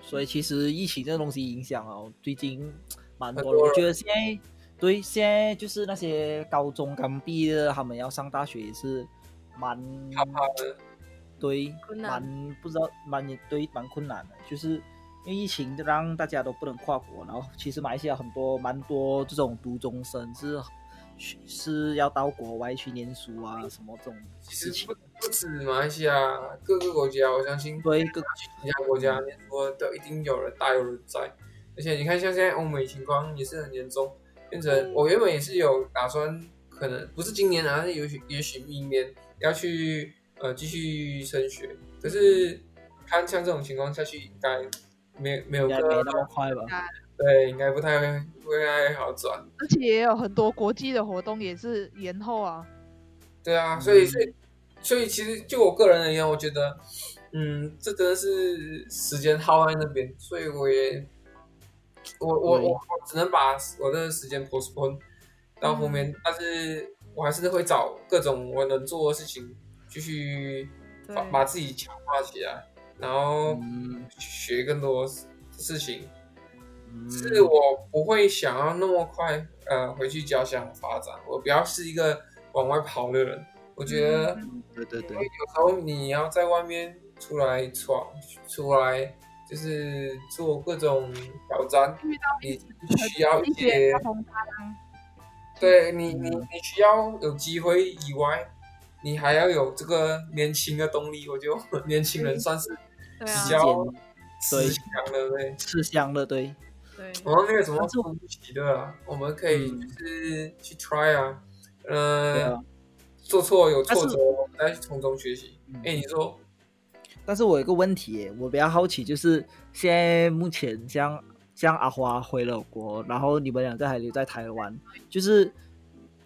所以其实疫情这个东西影响哦，最近蛮多很人。多我觉得现在对现在就是那些高中刚毕业的，他们要上大学也是蛮怕怕的。对，困难蛮不知道，蛮也对，蛮困难的，就是因为疫情就让大家都不能跨国，然后其实马来西亚很多蛮多这种读中生是是要到国外去念书啊，什么这种其事实嗯情不，不止马来西亚，各个国家，我相信对，各其他国家念书的都一定有人大有人在。而且你看，像现在欧美情况也是很严重，变成我原本也是有打算，可能不是今年啊，是也许也许明年要去呃继续升学。可是看像这种情况下去，应该没没有应该没个那么快吧？啊对，应该不太会不太好转。而且也有很多国际的活动也是延后啊。对啊，嗯所以所以所以其实就我个人而言，我觉得，嗯，这真的是时间耗在那边，所以我也，我我对我我只能把我的时间 postpone 到后嗯面，但是我还是会找各种我能做的事情，继续对把把自己强化起来，然后嗯，学更多事情。嗯是我不会想要那么快呃回去家乡发展，我比较是一个往外跑的人，我觉得。对对对，有时候你要在外面出来闯，出来就是做各种挑战，遇到你需要一一些些大，风大浪，对你你你需要有机会以外，你还要有这个年轻的动力。我觉得我们年轻人算是比对时较啊，间对思想的，对。吃香了，对，对，然后那个什么但是出我不起的啊，我们可以嗯就是去 try 啊，嗯、对啊。做错有挫但折是，我们再从中学习。嗯哎，你说但是我有个问题耶，我比较好奇，就是现在目前像像阿花回了国，然后你们两个还留在台湾，就是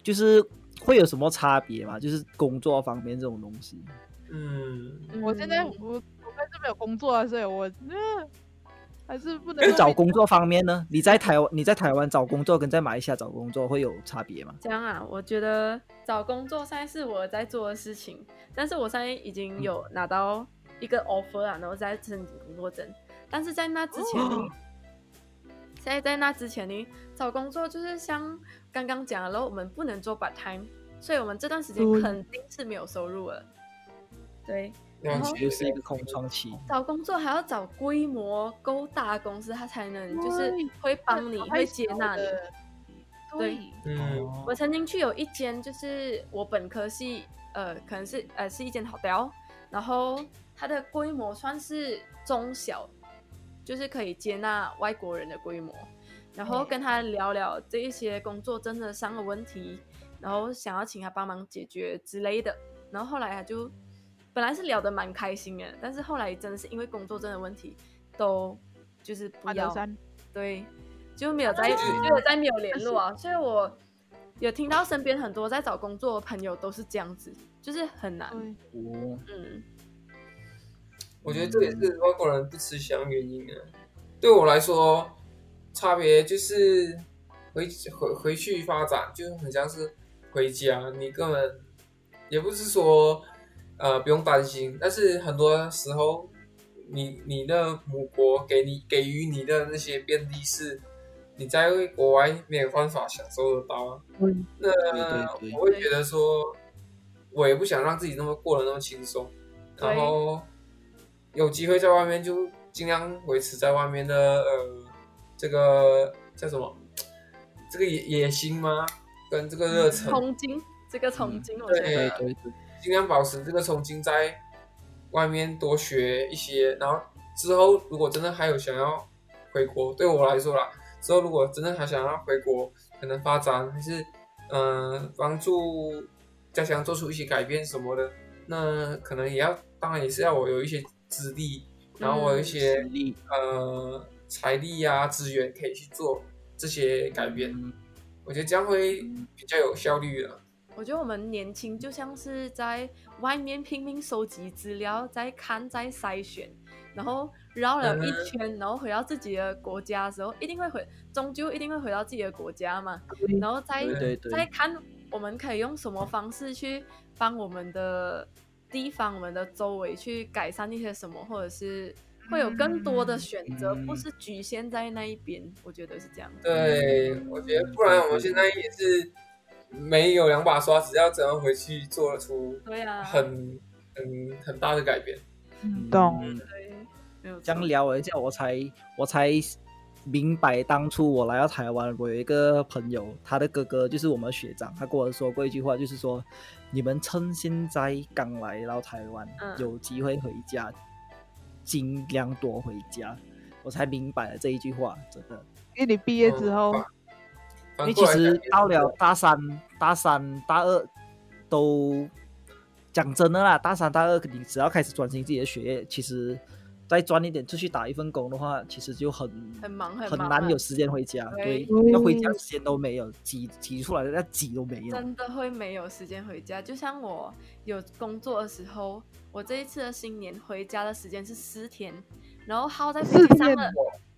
就是会有什么差别吗？就是工作方面这种东西。嗯，我现在嗯我我在这边有工作啊，所以我、呃、还是不能那够找被工作方面呢？你在台湾你在台湾找工作跟在马来西亚找工作会有差别吗？这样啊，我觉得找工作现在是我在做的事情，但是我现在已嗯经有拿到一个 offer 啊，然后再申请工作证。但是在那之前呢，哦现在在那之前呢，找工作就是像刚刚讲的咯，然后我们不能做 part time，所以我们这段时间对肯定是没有收入了。对，那后其就实是一个空窗期。找工作还要找规模够大的公司，他才能就是对会帮你，找会太接小纳你。的对对，嗯哦我曾经去有一间，就是我本科系，呃，可能是呃是一间 hotel，然后它的规模算是中小，就是可以接纳外国人的规模。然后跟他聊聊这一些工作真的上的问题，然后想要请他帮忙解决之类的。然后后来他就本来是聊得蛮开心的，但是后来真的是因为工作真的问题，都就是不马要德山对，就没有在，是没有在没有联络啊。所以我有听到身边很多在找工作的朋友都是这样子，就是很难。对，哦嗯，我觉得这也是外国人不吃香原因啊。对我来说，差别就是回回回去发展，就是很像是回家，你根本也不是说呃不用担心，但是很多时候你你的母国给你给予你的那些便利是你在国外没有办法享受得到啊。那对对我会觉得说，我也不想让自己那么过得那么轻松，对然后有机会在外面就尽量维持在外面的呃这个叫什么？这个野野心吗？跟这个热忱，憧憬这个憧憬，我觉对得对对对，尽量保持这个冲劲，在外面多学一些，然后之后如果真的还有想要回国，对我来说啦，之后如果真的还想要回国，可能发展还是嗯、呃帮助家乡做出一些改变什么的，那可能也要，当然也是要我有一些资历，然后我有一些实、力呃财力啊资源可以去做这些改变，嗯我觉得这样会比较有效率了。我觉得我们年轻就像是在外面拼命收集资料，在看，在筛选，然后绕了嗯一圈，然后回到自己的国家的时候，一定会回，终究一定会回到自己的国家嘛。然后再对对对再看我们可以用什么方式去帮我们的地方、我们的周围去改善一些什么，或者是会有更多的选择，嗯不是局限在那一边。我觉得是这样。对，我觉得不然我们现在也是没有两把刷子，要怎么回去做出对啊，很很很大的改变？嗯懂。嗯对，没有这样错聊了一下，我才我才明白当初我来到台湾，我有一个朋友，他的哥哥就是我们学长，他跟我说过一句话，就是说你们趁现在刚来到台湾，嗯有机会回家，尽量多回家。我才明白了这一句话，真的。因为你毕业之哦嗯后，因因为其实到了大三、大三、大二都讲真的啦，大三、大二你只要开始专心自己的学业，其实再专一点出去打一份工的话，其实就很很忙很很忙难啊有时间回家，对嗯对，要回家时间都没有，挤挤出来的那挤都没有。真的会没有时间回家。就像我有工作的时候，我这一次的新年回家的时间是四天，然后耗在飞四机上天的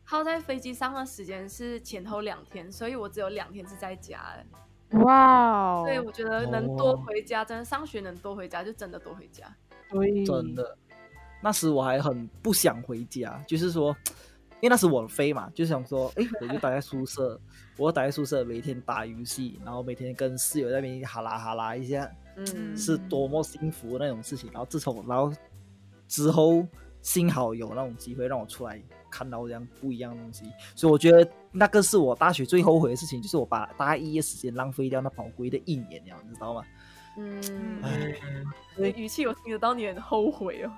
耗在飞机上的时间是前后两天，所以我只有两天是在家的。 *laughs* 哇哦，所以我觉得能多回家，真的上学能多回家就真的多回家。对真的。那时我还很不想回家，就是说，因为那时我很飞嘛，就想说，诶，我就待在宿舍，我待在宿舍每天打游戏，然后每天跟室友在那边哈啦哈啦一下，嗯，是多么幸福的那种事情。然后自从然后之后，幸好有那种机会让我出来看到这样不一样的东西，所以我觉得那个是我大学最后悔的事情，就是我把大一的时间浪费掉那宝贵的一年了，你知道吗？嗯，哎你语气我听得到你很后悔哦。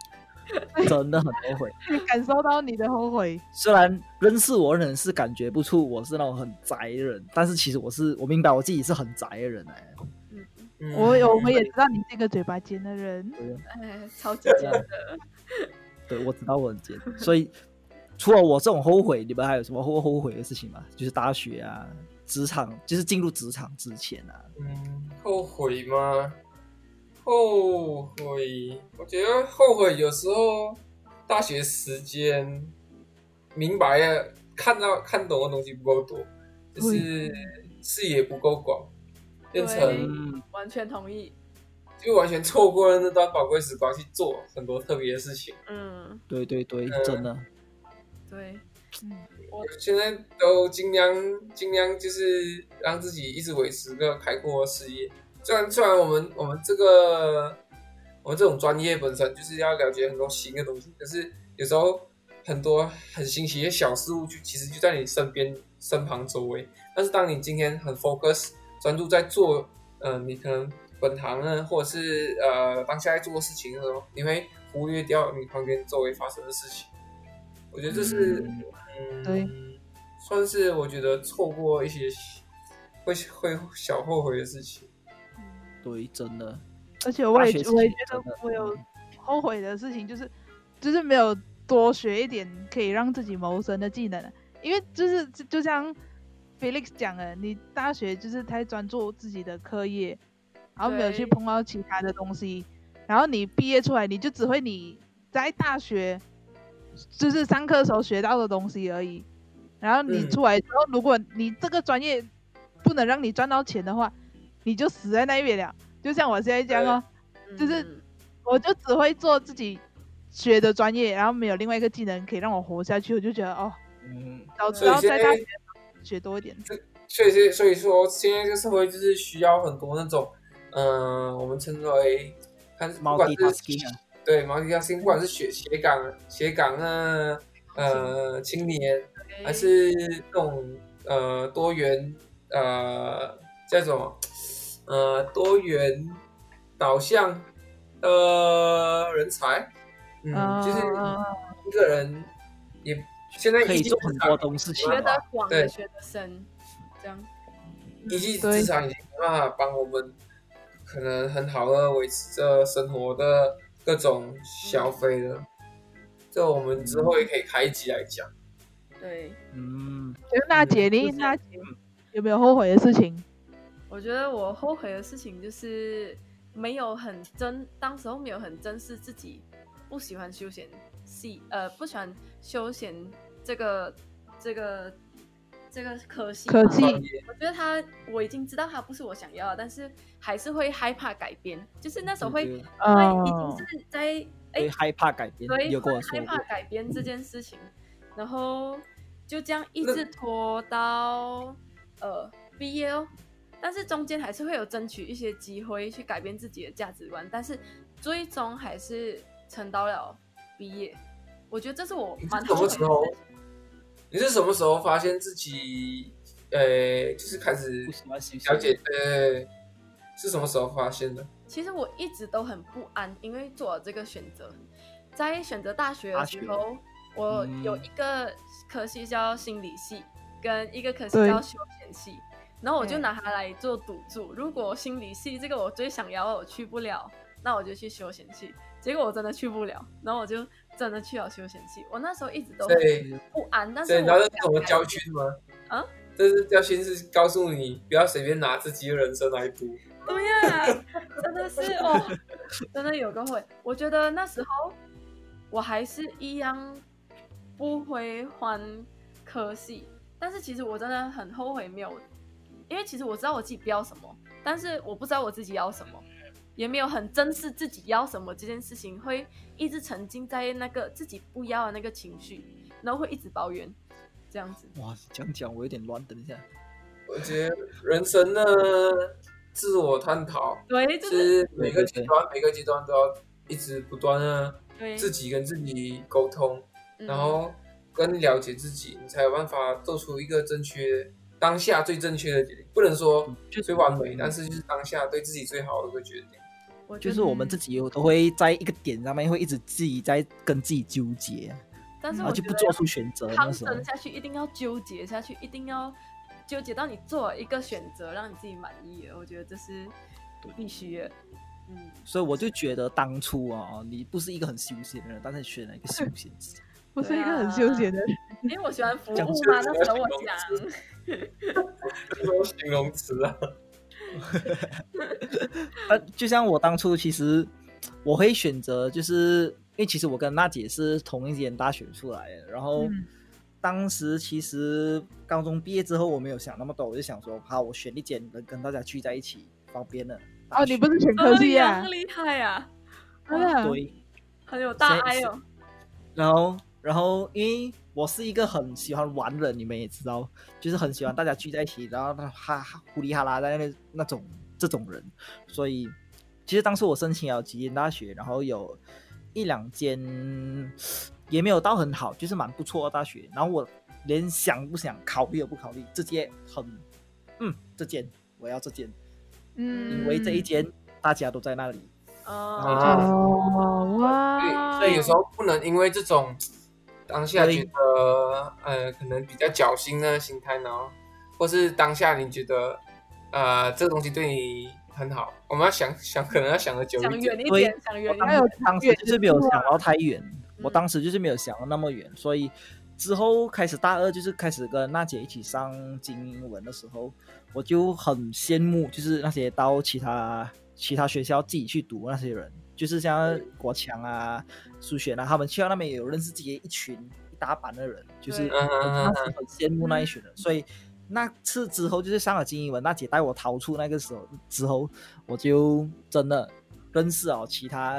真的很后悔。可以 *laughs* 感受到你的后悔，虽然认识我的人是感觉不出我是那种很宅的人，但是其实我是我明白我自己是很宅的人哎、嗯嗯我有，我们也知道你是一个嘴巴尖的人， *laughs* *laughs* 哎，超级真的，对我知道我很贱，所以除了我这种后悔，你们还有什么后后悔的事情吗？就是大学啊，职场，就是进入职场之前啊，嗯，后悔吗？后悔，我觉得后悔有时候大学时间明白了，看到看懂的东西不够多，就是视野不够广，变成嗯，完全同意。就完全错过了那段宝贵时光去做很多特别的事情。嗯，对对对，嗯真的，对，嗯现在都尽量尽量就是让自己一直维持个开阔的视野。虽然虽然我们我们这个我们这种专业本身就是要了解很多新的东西，可是有时候很多很新奇的小事物就其实就在你身边身旁周围。但是当你今天很 focus 专注在做，呃，你可能本行呢，或者是呃当下在做的事情的时候，你会忽略掉你旁边周围发生的事情。我觉得这是嗯嗯，对，算是我觉得错过一些会会小后悔的事情。对，真的，而且我也大学时期我也觉得真的嗯我有后悔的事情，就是就是没有多学一点可以让自己谋生的技能，啊因为就是就就像 Felix 讲的，你大学就是太专注自己的课业，然后没有对去碰到其他的东西，然后你毕业出来你就只会你在大学就是上课的时候学到的东西而已，然后你嗯出来之后，如果你这个专业不能让你赚到钱的话，你就死在那边了。就像我现在这样哦，就是嗯我就只会做自己学的专业，然后没有另外一个技能可以让我活下去，我就觉得哦，嗯，早知所以道现在大在学学多一点。所以是所以说，现在这个社会就是需要很多那种，嗯、我们称之为看不管是 multitasking 啊，对毛迪亚星，不管是学斜杠斜杠啊，呃青年，对还是那种呃多元呃叫什么呃多元导向呃人才，嗯，就是嗯一个人也现在可一以技做之很多长，东西情学吧得广对也学得深，这样一技对之长已经没办法帮我们可能很好的维持着生活的各种消费了。这我们之后也可以开一集来讲。对。嗯，就是娜姐，嗯你就是娜姐有没有后悔的事情？我觉得我后悔的事情就是没有很珍，当时候没有很珍视自己不喜欢休闲系，呃，不喜欢休闲这个这个这个科系吧。科技专业我觉得他我已经知道他不是我想要的，但是还是会害怕改变，就是那时候会对对会已哦经，是在哎会害怕改变，对，有跟我会说害过怕，改变这件事情，然后就这样一直拖到呃毕业哦。但是中间还是会有争取一些机会去改变自己的价值观，但是最终还是撑到了毕业。我觉得这是我你是蛮什后么悔的事时候情。？你是什么时候发现自己，呃，就是开始不喜欢休息，了解，呃，是什么时候发现的？其实我一直都很不安，因为做了这个选择，在选择大学的时大候，我嗯有一个科系叫心理系，跟一个科系对叫休闲系，然后我就嗯拿它来做赌注。如果心理系这个我最想要，我去不了，那我就去休闲系。结果我真的去不了，然后我就真的去了休闲系。我那时候一直都很所以，不安，但是所我以你知道这不是敢什么改教变训吗？啊？这是教训是告诉你不要随便拿自己的人生来赌。对呀、真的是哦，真的有个会。我觉得那时候我还是一样不会换科系，但是其实我真的很后悔没有，因为其实我知道我自己不要什么，但是我不知道我自己要什么，也没有很珍视自己要什么这件事情，会一直沉浸在那个自己不要的那个情绪，然后会一直抱怨，这样子。哇，讲讲我有点乱，等一下，我觉得人生呢，自我探讨对，就是是每个阶段，每个阶段都要一直不断的对，自己跟自己沟通，嗯然后更了解自己，你才有办法做出一个正确当下最正确的决定，不能嗯说就最完美，但是就是当下对自己最好的一个决定。我觉嗯就得是我们自己有都会在一个点上面会一直自己在跟自己纠结，但是然我后觉啊就得不做出选择，那抗时候争下去，一定要纠结下去，一定要纠结到你做了一个选择，让你自己满意的。我觉得这是必须的。嗯，哦所以我就觉得当初啊，你不是一个很休闲的人，但是你选了一个休闲，我是一个对啊很休闲的人。因为我喜欢服务讲出嘛，来那时候我形容讲，这种形容词啊，呃，就像我当初其实我会选择，就是因为其实我跟娜姐是同一间大学出来的，然后嗯当时其实高中毕业之后我没有想那么多，我就想说，好，我选一间能跟大家聚在一起方便的大学。哦，你不是选科技啊哎呀？厉害啊，真的对，很有大谁爱谁哦。然后，然后因为我是一个很喜欢玩的人，你们也知道，就是很喜欢大家聚在一起，然后哈哈呼里哈啦在那那种这种人，所以其实当时我申请了吉林大学，然后有一两间也没有到很好，就是蛮不错的大学，然后我连想不想考虑也不考虑，直接很嗯这间我要这间，嗯因为这一间大家都在那里，哦，啊哦啊哇，所以有时候不能因为这种当下对觉得呃可能比较侥幸的心态，然后或是当下你觉得呃这个东西对你很好，我们要想想可能要想的久想一点，远一所以点，想远一我点还有当时就是没有想到太远，嗯我当时就是没有想到那么远，所以之后开始大二就是开始跟娜姐一起上精英文的时候，我就很羡慕，就是那些到其他其他学校自己去读那些人，就是像嗯国强啊、苏璇啊，他们去到那边也有认识自己一群一大班的人，就是对嗯我嗯当嗯时很羡慕那一群人，所以。那次之后就是上了精英文，娜姐带我逃出那个时候之后，我就真的认识了其他，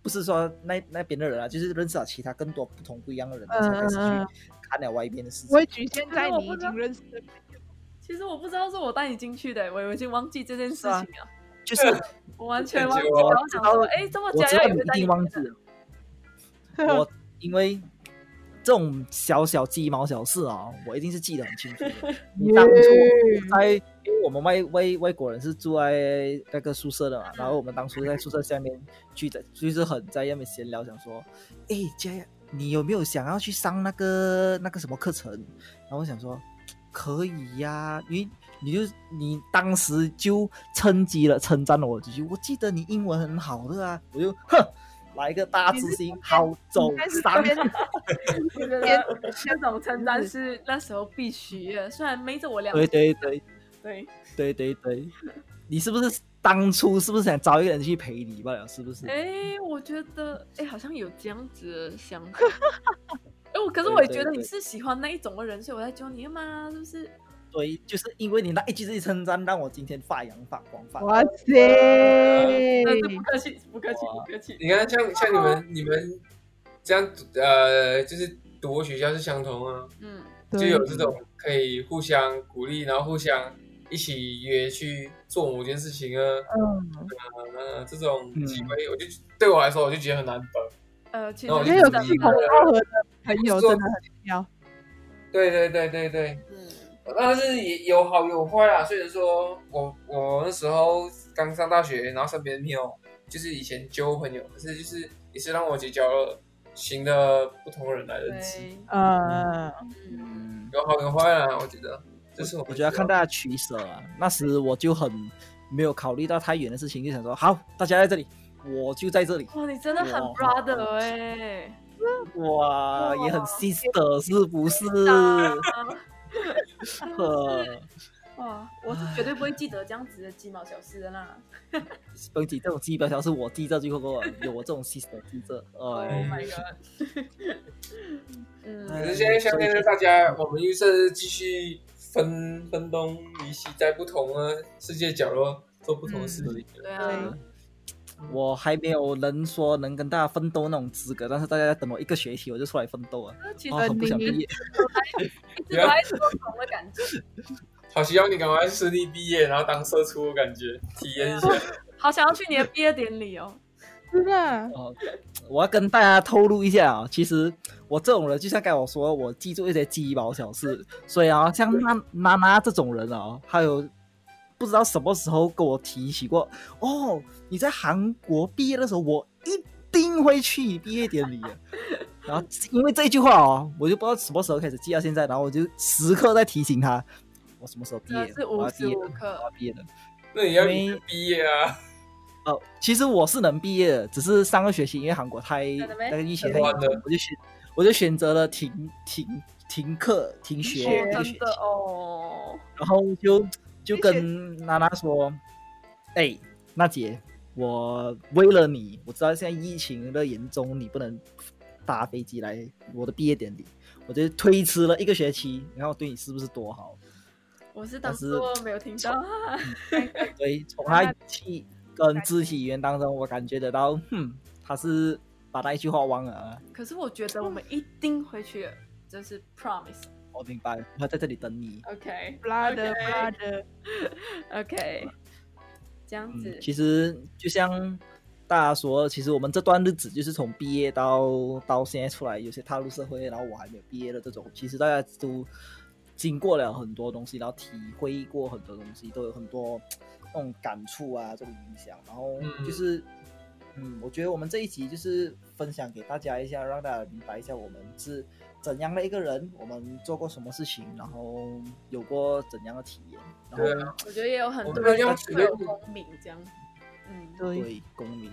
不是说那那边的人啊，就是认识了其他更多不同不一样的人，嗯才开始嗯嗯去看了外边的事不情。会局限在你已经认识的其实我不知道是我带你进去的，我已经忘记这件事情了，就是我完全忘记。我然后想说，哎，这么我讲知要道有你个一带你定忘记了，我因为这种小小鸡毛小事啊，我一定是记得很清楚的。你当初嗯在，因为我们外外外国人是住在那个宿舍的嗯嘛，然后我们当初在宿舍下面聚的，就是很在那边闲聊，想说，哎，佳雅，你有没有想要去上那个那个什么课程？然后我想说，可以呀、因为你就你当时就趁机了称赞了我几句，我记得你英文很好的啊，我就哼。来个大你字是星，好走应该是上这。边我觉得那种称赞是那时候必须的，虽然没着我两对对对对，对对对，你是不是当初是不是想找一个人去陪你罢了？是不是？哎，我觉得哎，好像有这样子的想 *laughs* 法。哎，我可是我也觉得你是喜欢那一种的人，所以我在教你的嘛，是不是？对，就是因为你那一句这一称赞，让我今天发扬发光发哇塞，那呃是不客气，不客气，哇不客气。你看像像你们你们这样呃就是读的学校是相同啊，嗯，就有这种可以互相鼓励，然后互相一起约去做某件事情啊，嗯，呃，这种机会，我就对我来说，我就觉得很难得。呃，其实那我我就觉得有觉真的得志同道合的朋友真的很重要。对对对对对，嗯但是也有好有坏啦。所以说我我那时候刚上大学，然后身边没有，就是以前交朋友，可是就是也是让我结交了新的不同人来认识，对，呃，嗯。嗯，有好有坏啦。我觉得这是我我觉得要看大家取舍啊。那时我就很没有考虑到太远的事情，就想说好，大家在这里，我就在这里。哇，你真的很哇 brother 哎、哇，也很哇 sister 是不是？呵，哇， *laughs* 我是绝对不会记得这样子的鸡毛小事的啦。甭急，这种记标条是我记着就够了，有我这种 sister 记着。 Oh 哎， my god！ *laughs* 可嗯，是现在像现在大家，我们又是继续分分东离西，在不同的世界角落做不同的事情。对啊，我还没有能说能跟大家奋斗那种资格，但是大家在等我一个学期，我就出来奋斗啊！那其实哦，很不想毕业。一直都在说同的感觉，好希望你赶快顺利毕业，然后当社畜，我感觉啊体验一下。 *laughs* 好想要去你的毕业典礼哦。真的，哦，我要跟大家透露一下啊，其实我这种人，就像刚才我说，我记住一些鸡毛小事，所以啊，像娜娜娜这种人啊，还有不知道什么时候跟我提起过，哦，你在韩国毕业的时候，我一定会去你毕业典礼的。然后因为这一句话哦，我就不知道什么时候开始记到现在，然后我就时刻在提醒他，我什么时候毕真的业？啊是我无要毕时业无了，我刻，要毕业了。那你要你毕业啊？哦，其实我是能毕业的，只是上个学期因为韩国太真的咩那个疫情太太严乱了重，我就选我我就选择了停停停课停停学学哦一个学真期的，哦，然后就就而且跟娜娜说，哎，娜姐，我为了你，我知道现在疫情的严重，你不能搭飞机来我的毕业典礼，我就推迟了一个学期，然后对你是不是多好？我是但当是做没有听到，所以从他语气跟肢体语言当中，我感觉得到，哼，他是把那一句话忘了啊。可是我觉得我们一定会去的，就是 promise。我明白，我在这里等你。 OK 布拉德 OK 布拉德， OK，这样子嗯，，其实就像大家说，其实我们这段日子就是从毕业到到现在出来，有些踏入社会，然后我还没有毕业的这种，其实大家都经过了很多东西，然后体会过很多东西，都有很多那种感触啊，这种影响。然后嗯就是，嗯我觉得我们这一集就是分享给大家一下，让大家明白一下我们是怎样的一个人，我们做过什么事情，然后有过怎样的体验，然后对啊，我觉得也有很我多们人要会取得有不共鸣，这样，嗯，对，对公民，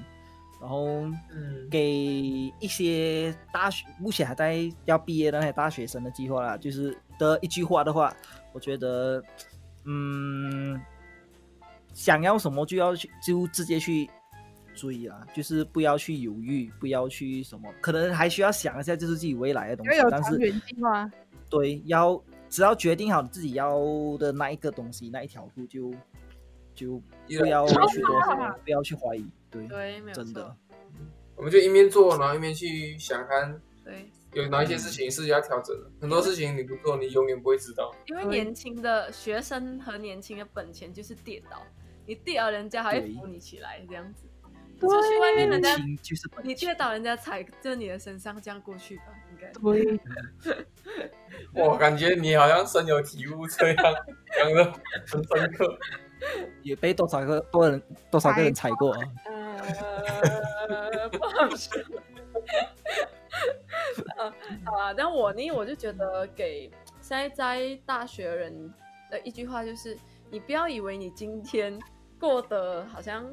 然后嗯，给一些大学目前还在要毕业的那些大学生的计划啦，就是的一句话的话，我觉得，嗯，想要什么就要去，就直接去追啊，就是不要去犹豫，不要去什么，可能还需要想一下就是自己未来的东西要，有但长是远计划，对，要只要决定好自己要的那一个东西，那一条路就就一不来要冲去多啊什么，不要去怀疑，对，对，没有真的错，。我们就一面做，然后一面去想看对，有哪一些事情是要调整的。很多事情你不做，你永远不会知道。因为对年轻的学生和年轻的本钱就是跌倒，你跌倒，人家还对会扶你起来，这样子。你出去外面，人家年轻就是本你跌倒，人家踩在你的身上，这样过去吧，应该。对，我感觉你好像深有体悟这样，讲的很深刻。也被多少个多人多少个人踩过啊，呃，不好说。 *laughs* 呃好啊，但我呢，我就觉得给现在在大学人的一句话就是：你不要以为你今天过得好像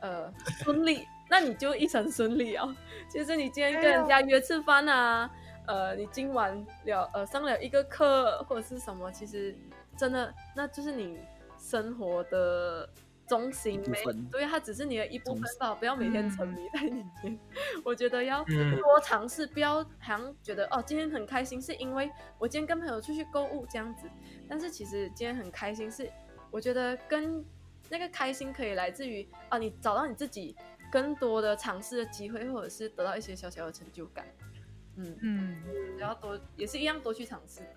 呃顺利，那你就一生顺利哦。其实你今天跟人家约吃饭啊，呃，你今晚了呃上了一个课或者是什么，其实真的那就是你生活的中心一部分对，它只是你的一部分中心吧，不要每天沉嗯迷在里面。 *laughs* 我觉得要嗯多尝试，不要好像觉得哦，今天很开心，是因为我今天跟朋友出去购物这样子。但是其实今天很开心是，我觉得跟那个开心可以来自于啊，你找到你自己更多的尝试的机会，或者是得到一些小小的成就感。嗯，嗯，然后多也是一样多去尝试。 *laughs*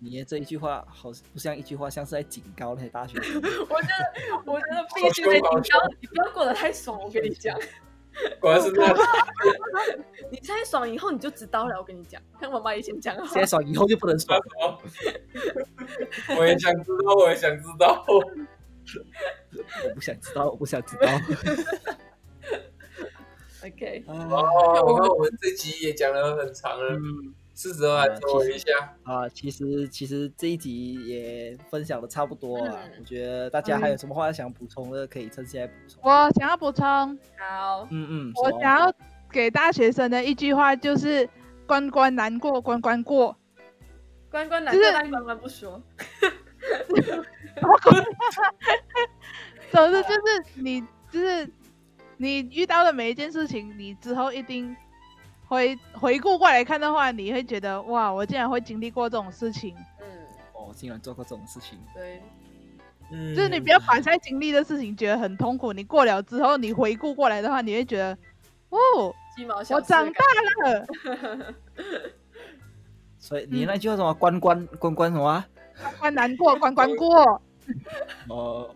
你这一句话好不像一句话，像是在警告那些大 *laughs* 学生。我觉得，我觉得必须得紧张，你不要过得太爽。我跟你讲，果然是 *laughs* 那样，你太爽以后你就知道了。我跟你讲，看我妈以前讲的话现在爽，以后就不能爽。我也想知道，我也想知 *laughs* 道。我不想知道，我不想知 *laughs* 道。 OK，啊哦，我看我们这集也讲了很长了，嗯是时候来收尾一下。啊，其实其实这一集也分享的差不多了，嗯我觉得大家还有什么话想补充的，可以趁现在补充。我想要补充，好，嗯嗯，我什么想要给大学生的一句话就是：关关难过关关过。关关难就过，是但关关不说。总之就是你就是你遇到的每一件事情，你之后一定回回顾过来看的话，你会觉得哇，我竟然会经历过这种事情。嗯，哦，竟然做过这种事情，对，嗯，就是你不要把现在经历的事情觉得很痛苦，你过了之后，你回顾过来的话，你会觉得哦，鸡毛小我事的长感觉。大了，所以你嗯那句话什么关关关关什 *laughs* 么啊？关关难过关关过。哦，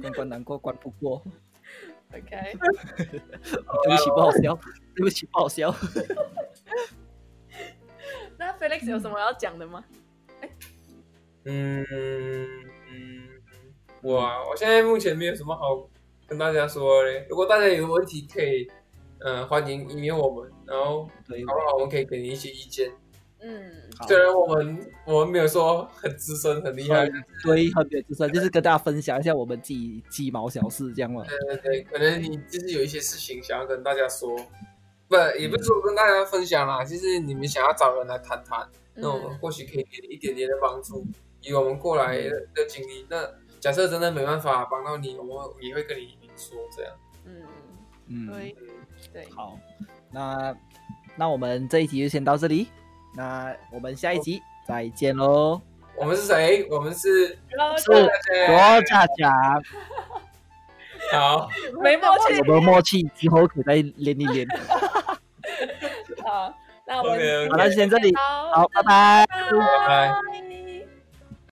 关关难过关不过， *laughs* OK，对不起不好笑，对不起不好笑。那 Felix 有什么要讲的吗？嗯嗯，我啊，我现在目前没有什么好跟大家说的嘞。如果大家有问题，可以呃欢迎 email 我们，然后对，搞不好我们可以给你一些意见。嗯，好虽然我们呃我们没有说很资深、很厉害，很对，很有资深，就是跟大家分享一下我们自己鸡毛小事，这样嘛。对对对，可能你就是有一些事情想要跟大家说，不也不是说跟大家分享啦，就是你们想要找人来谈谈，那我嗯们或许可以给你一点点的帮助，以我们过来的经历。那假设真的没办法帮到你，我们也会跟你明说这样。嗯，嗯，对，对，好，那那我们这一集就先到这里，那我们下一集再见喽，我们是谁？我们是然后是罗家讲，好，没默契我们默契之后可以再连一连。好，那我们 OK，OK 好了，就先这里，好好，拜拜。拜拜。拜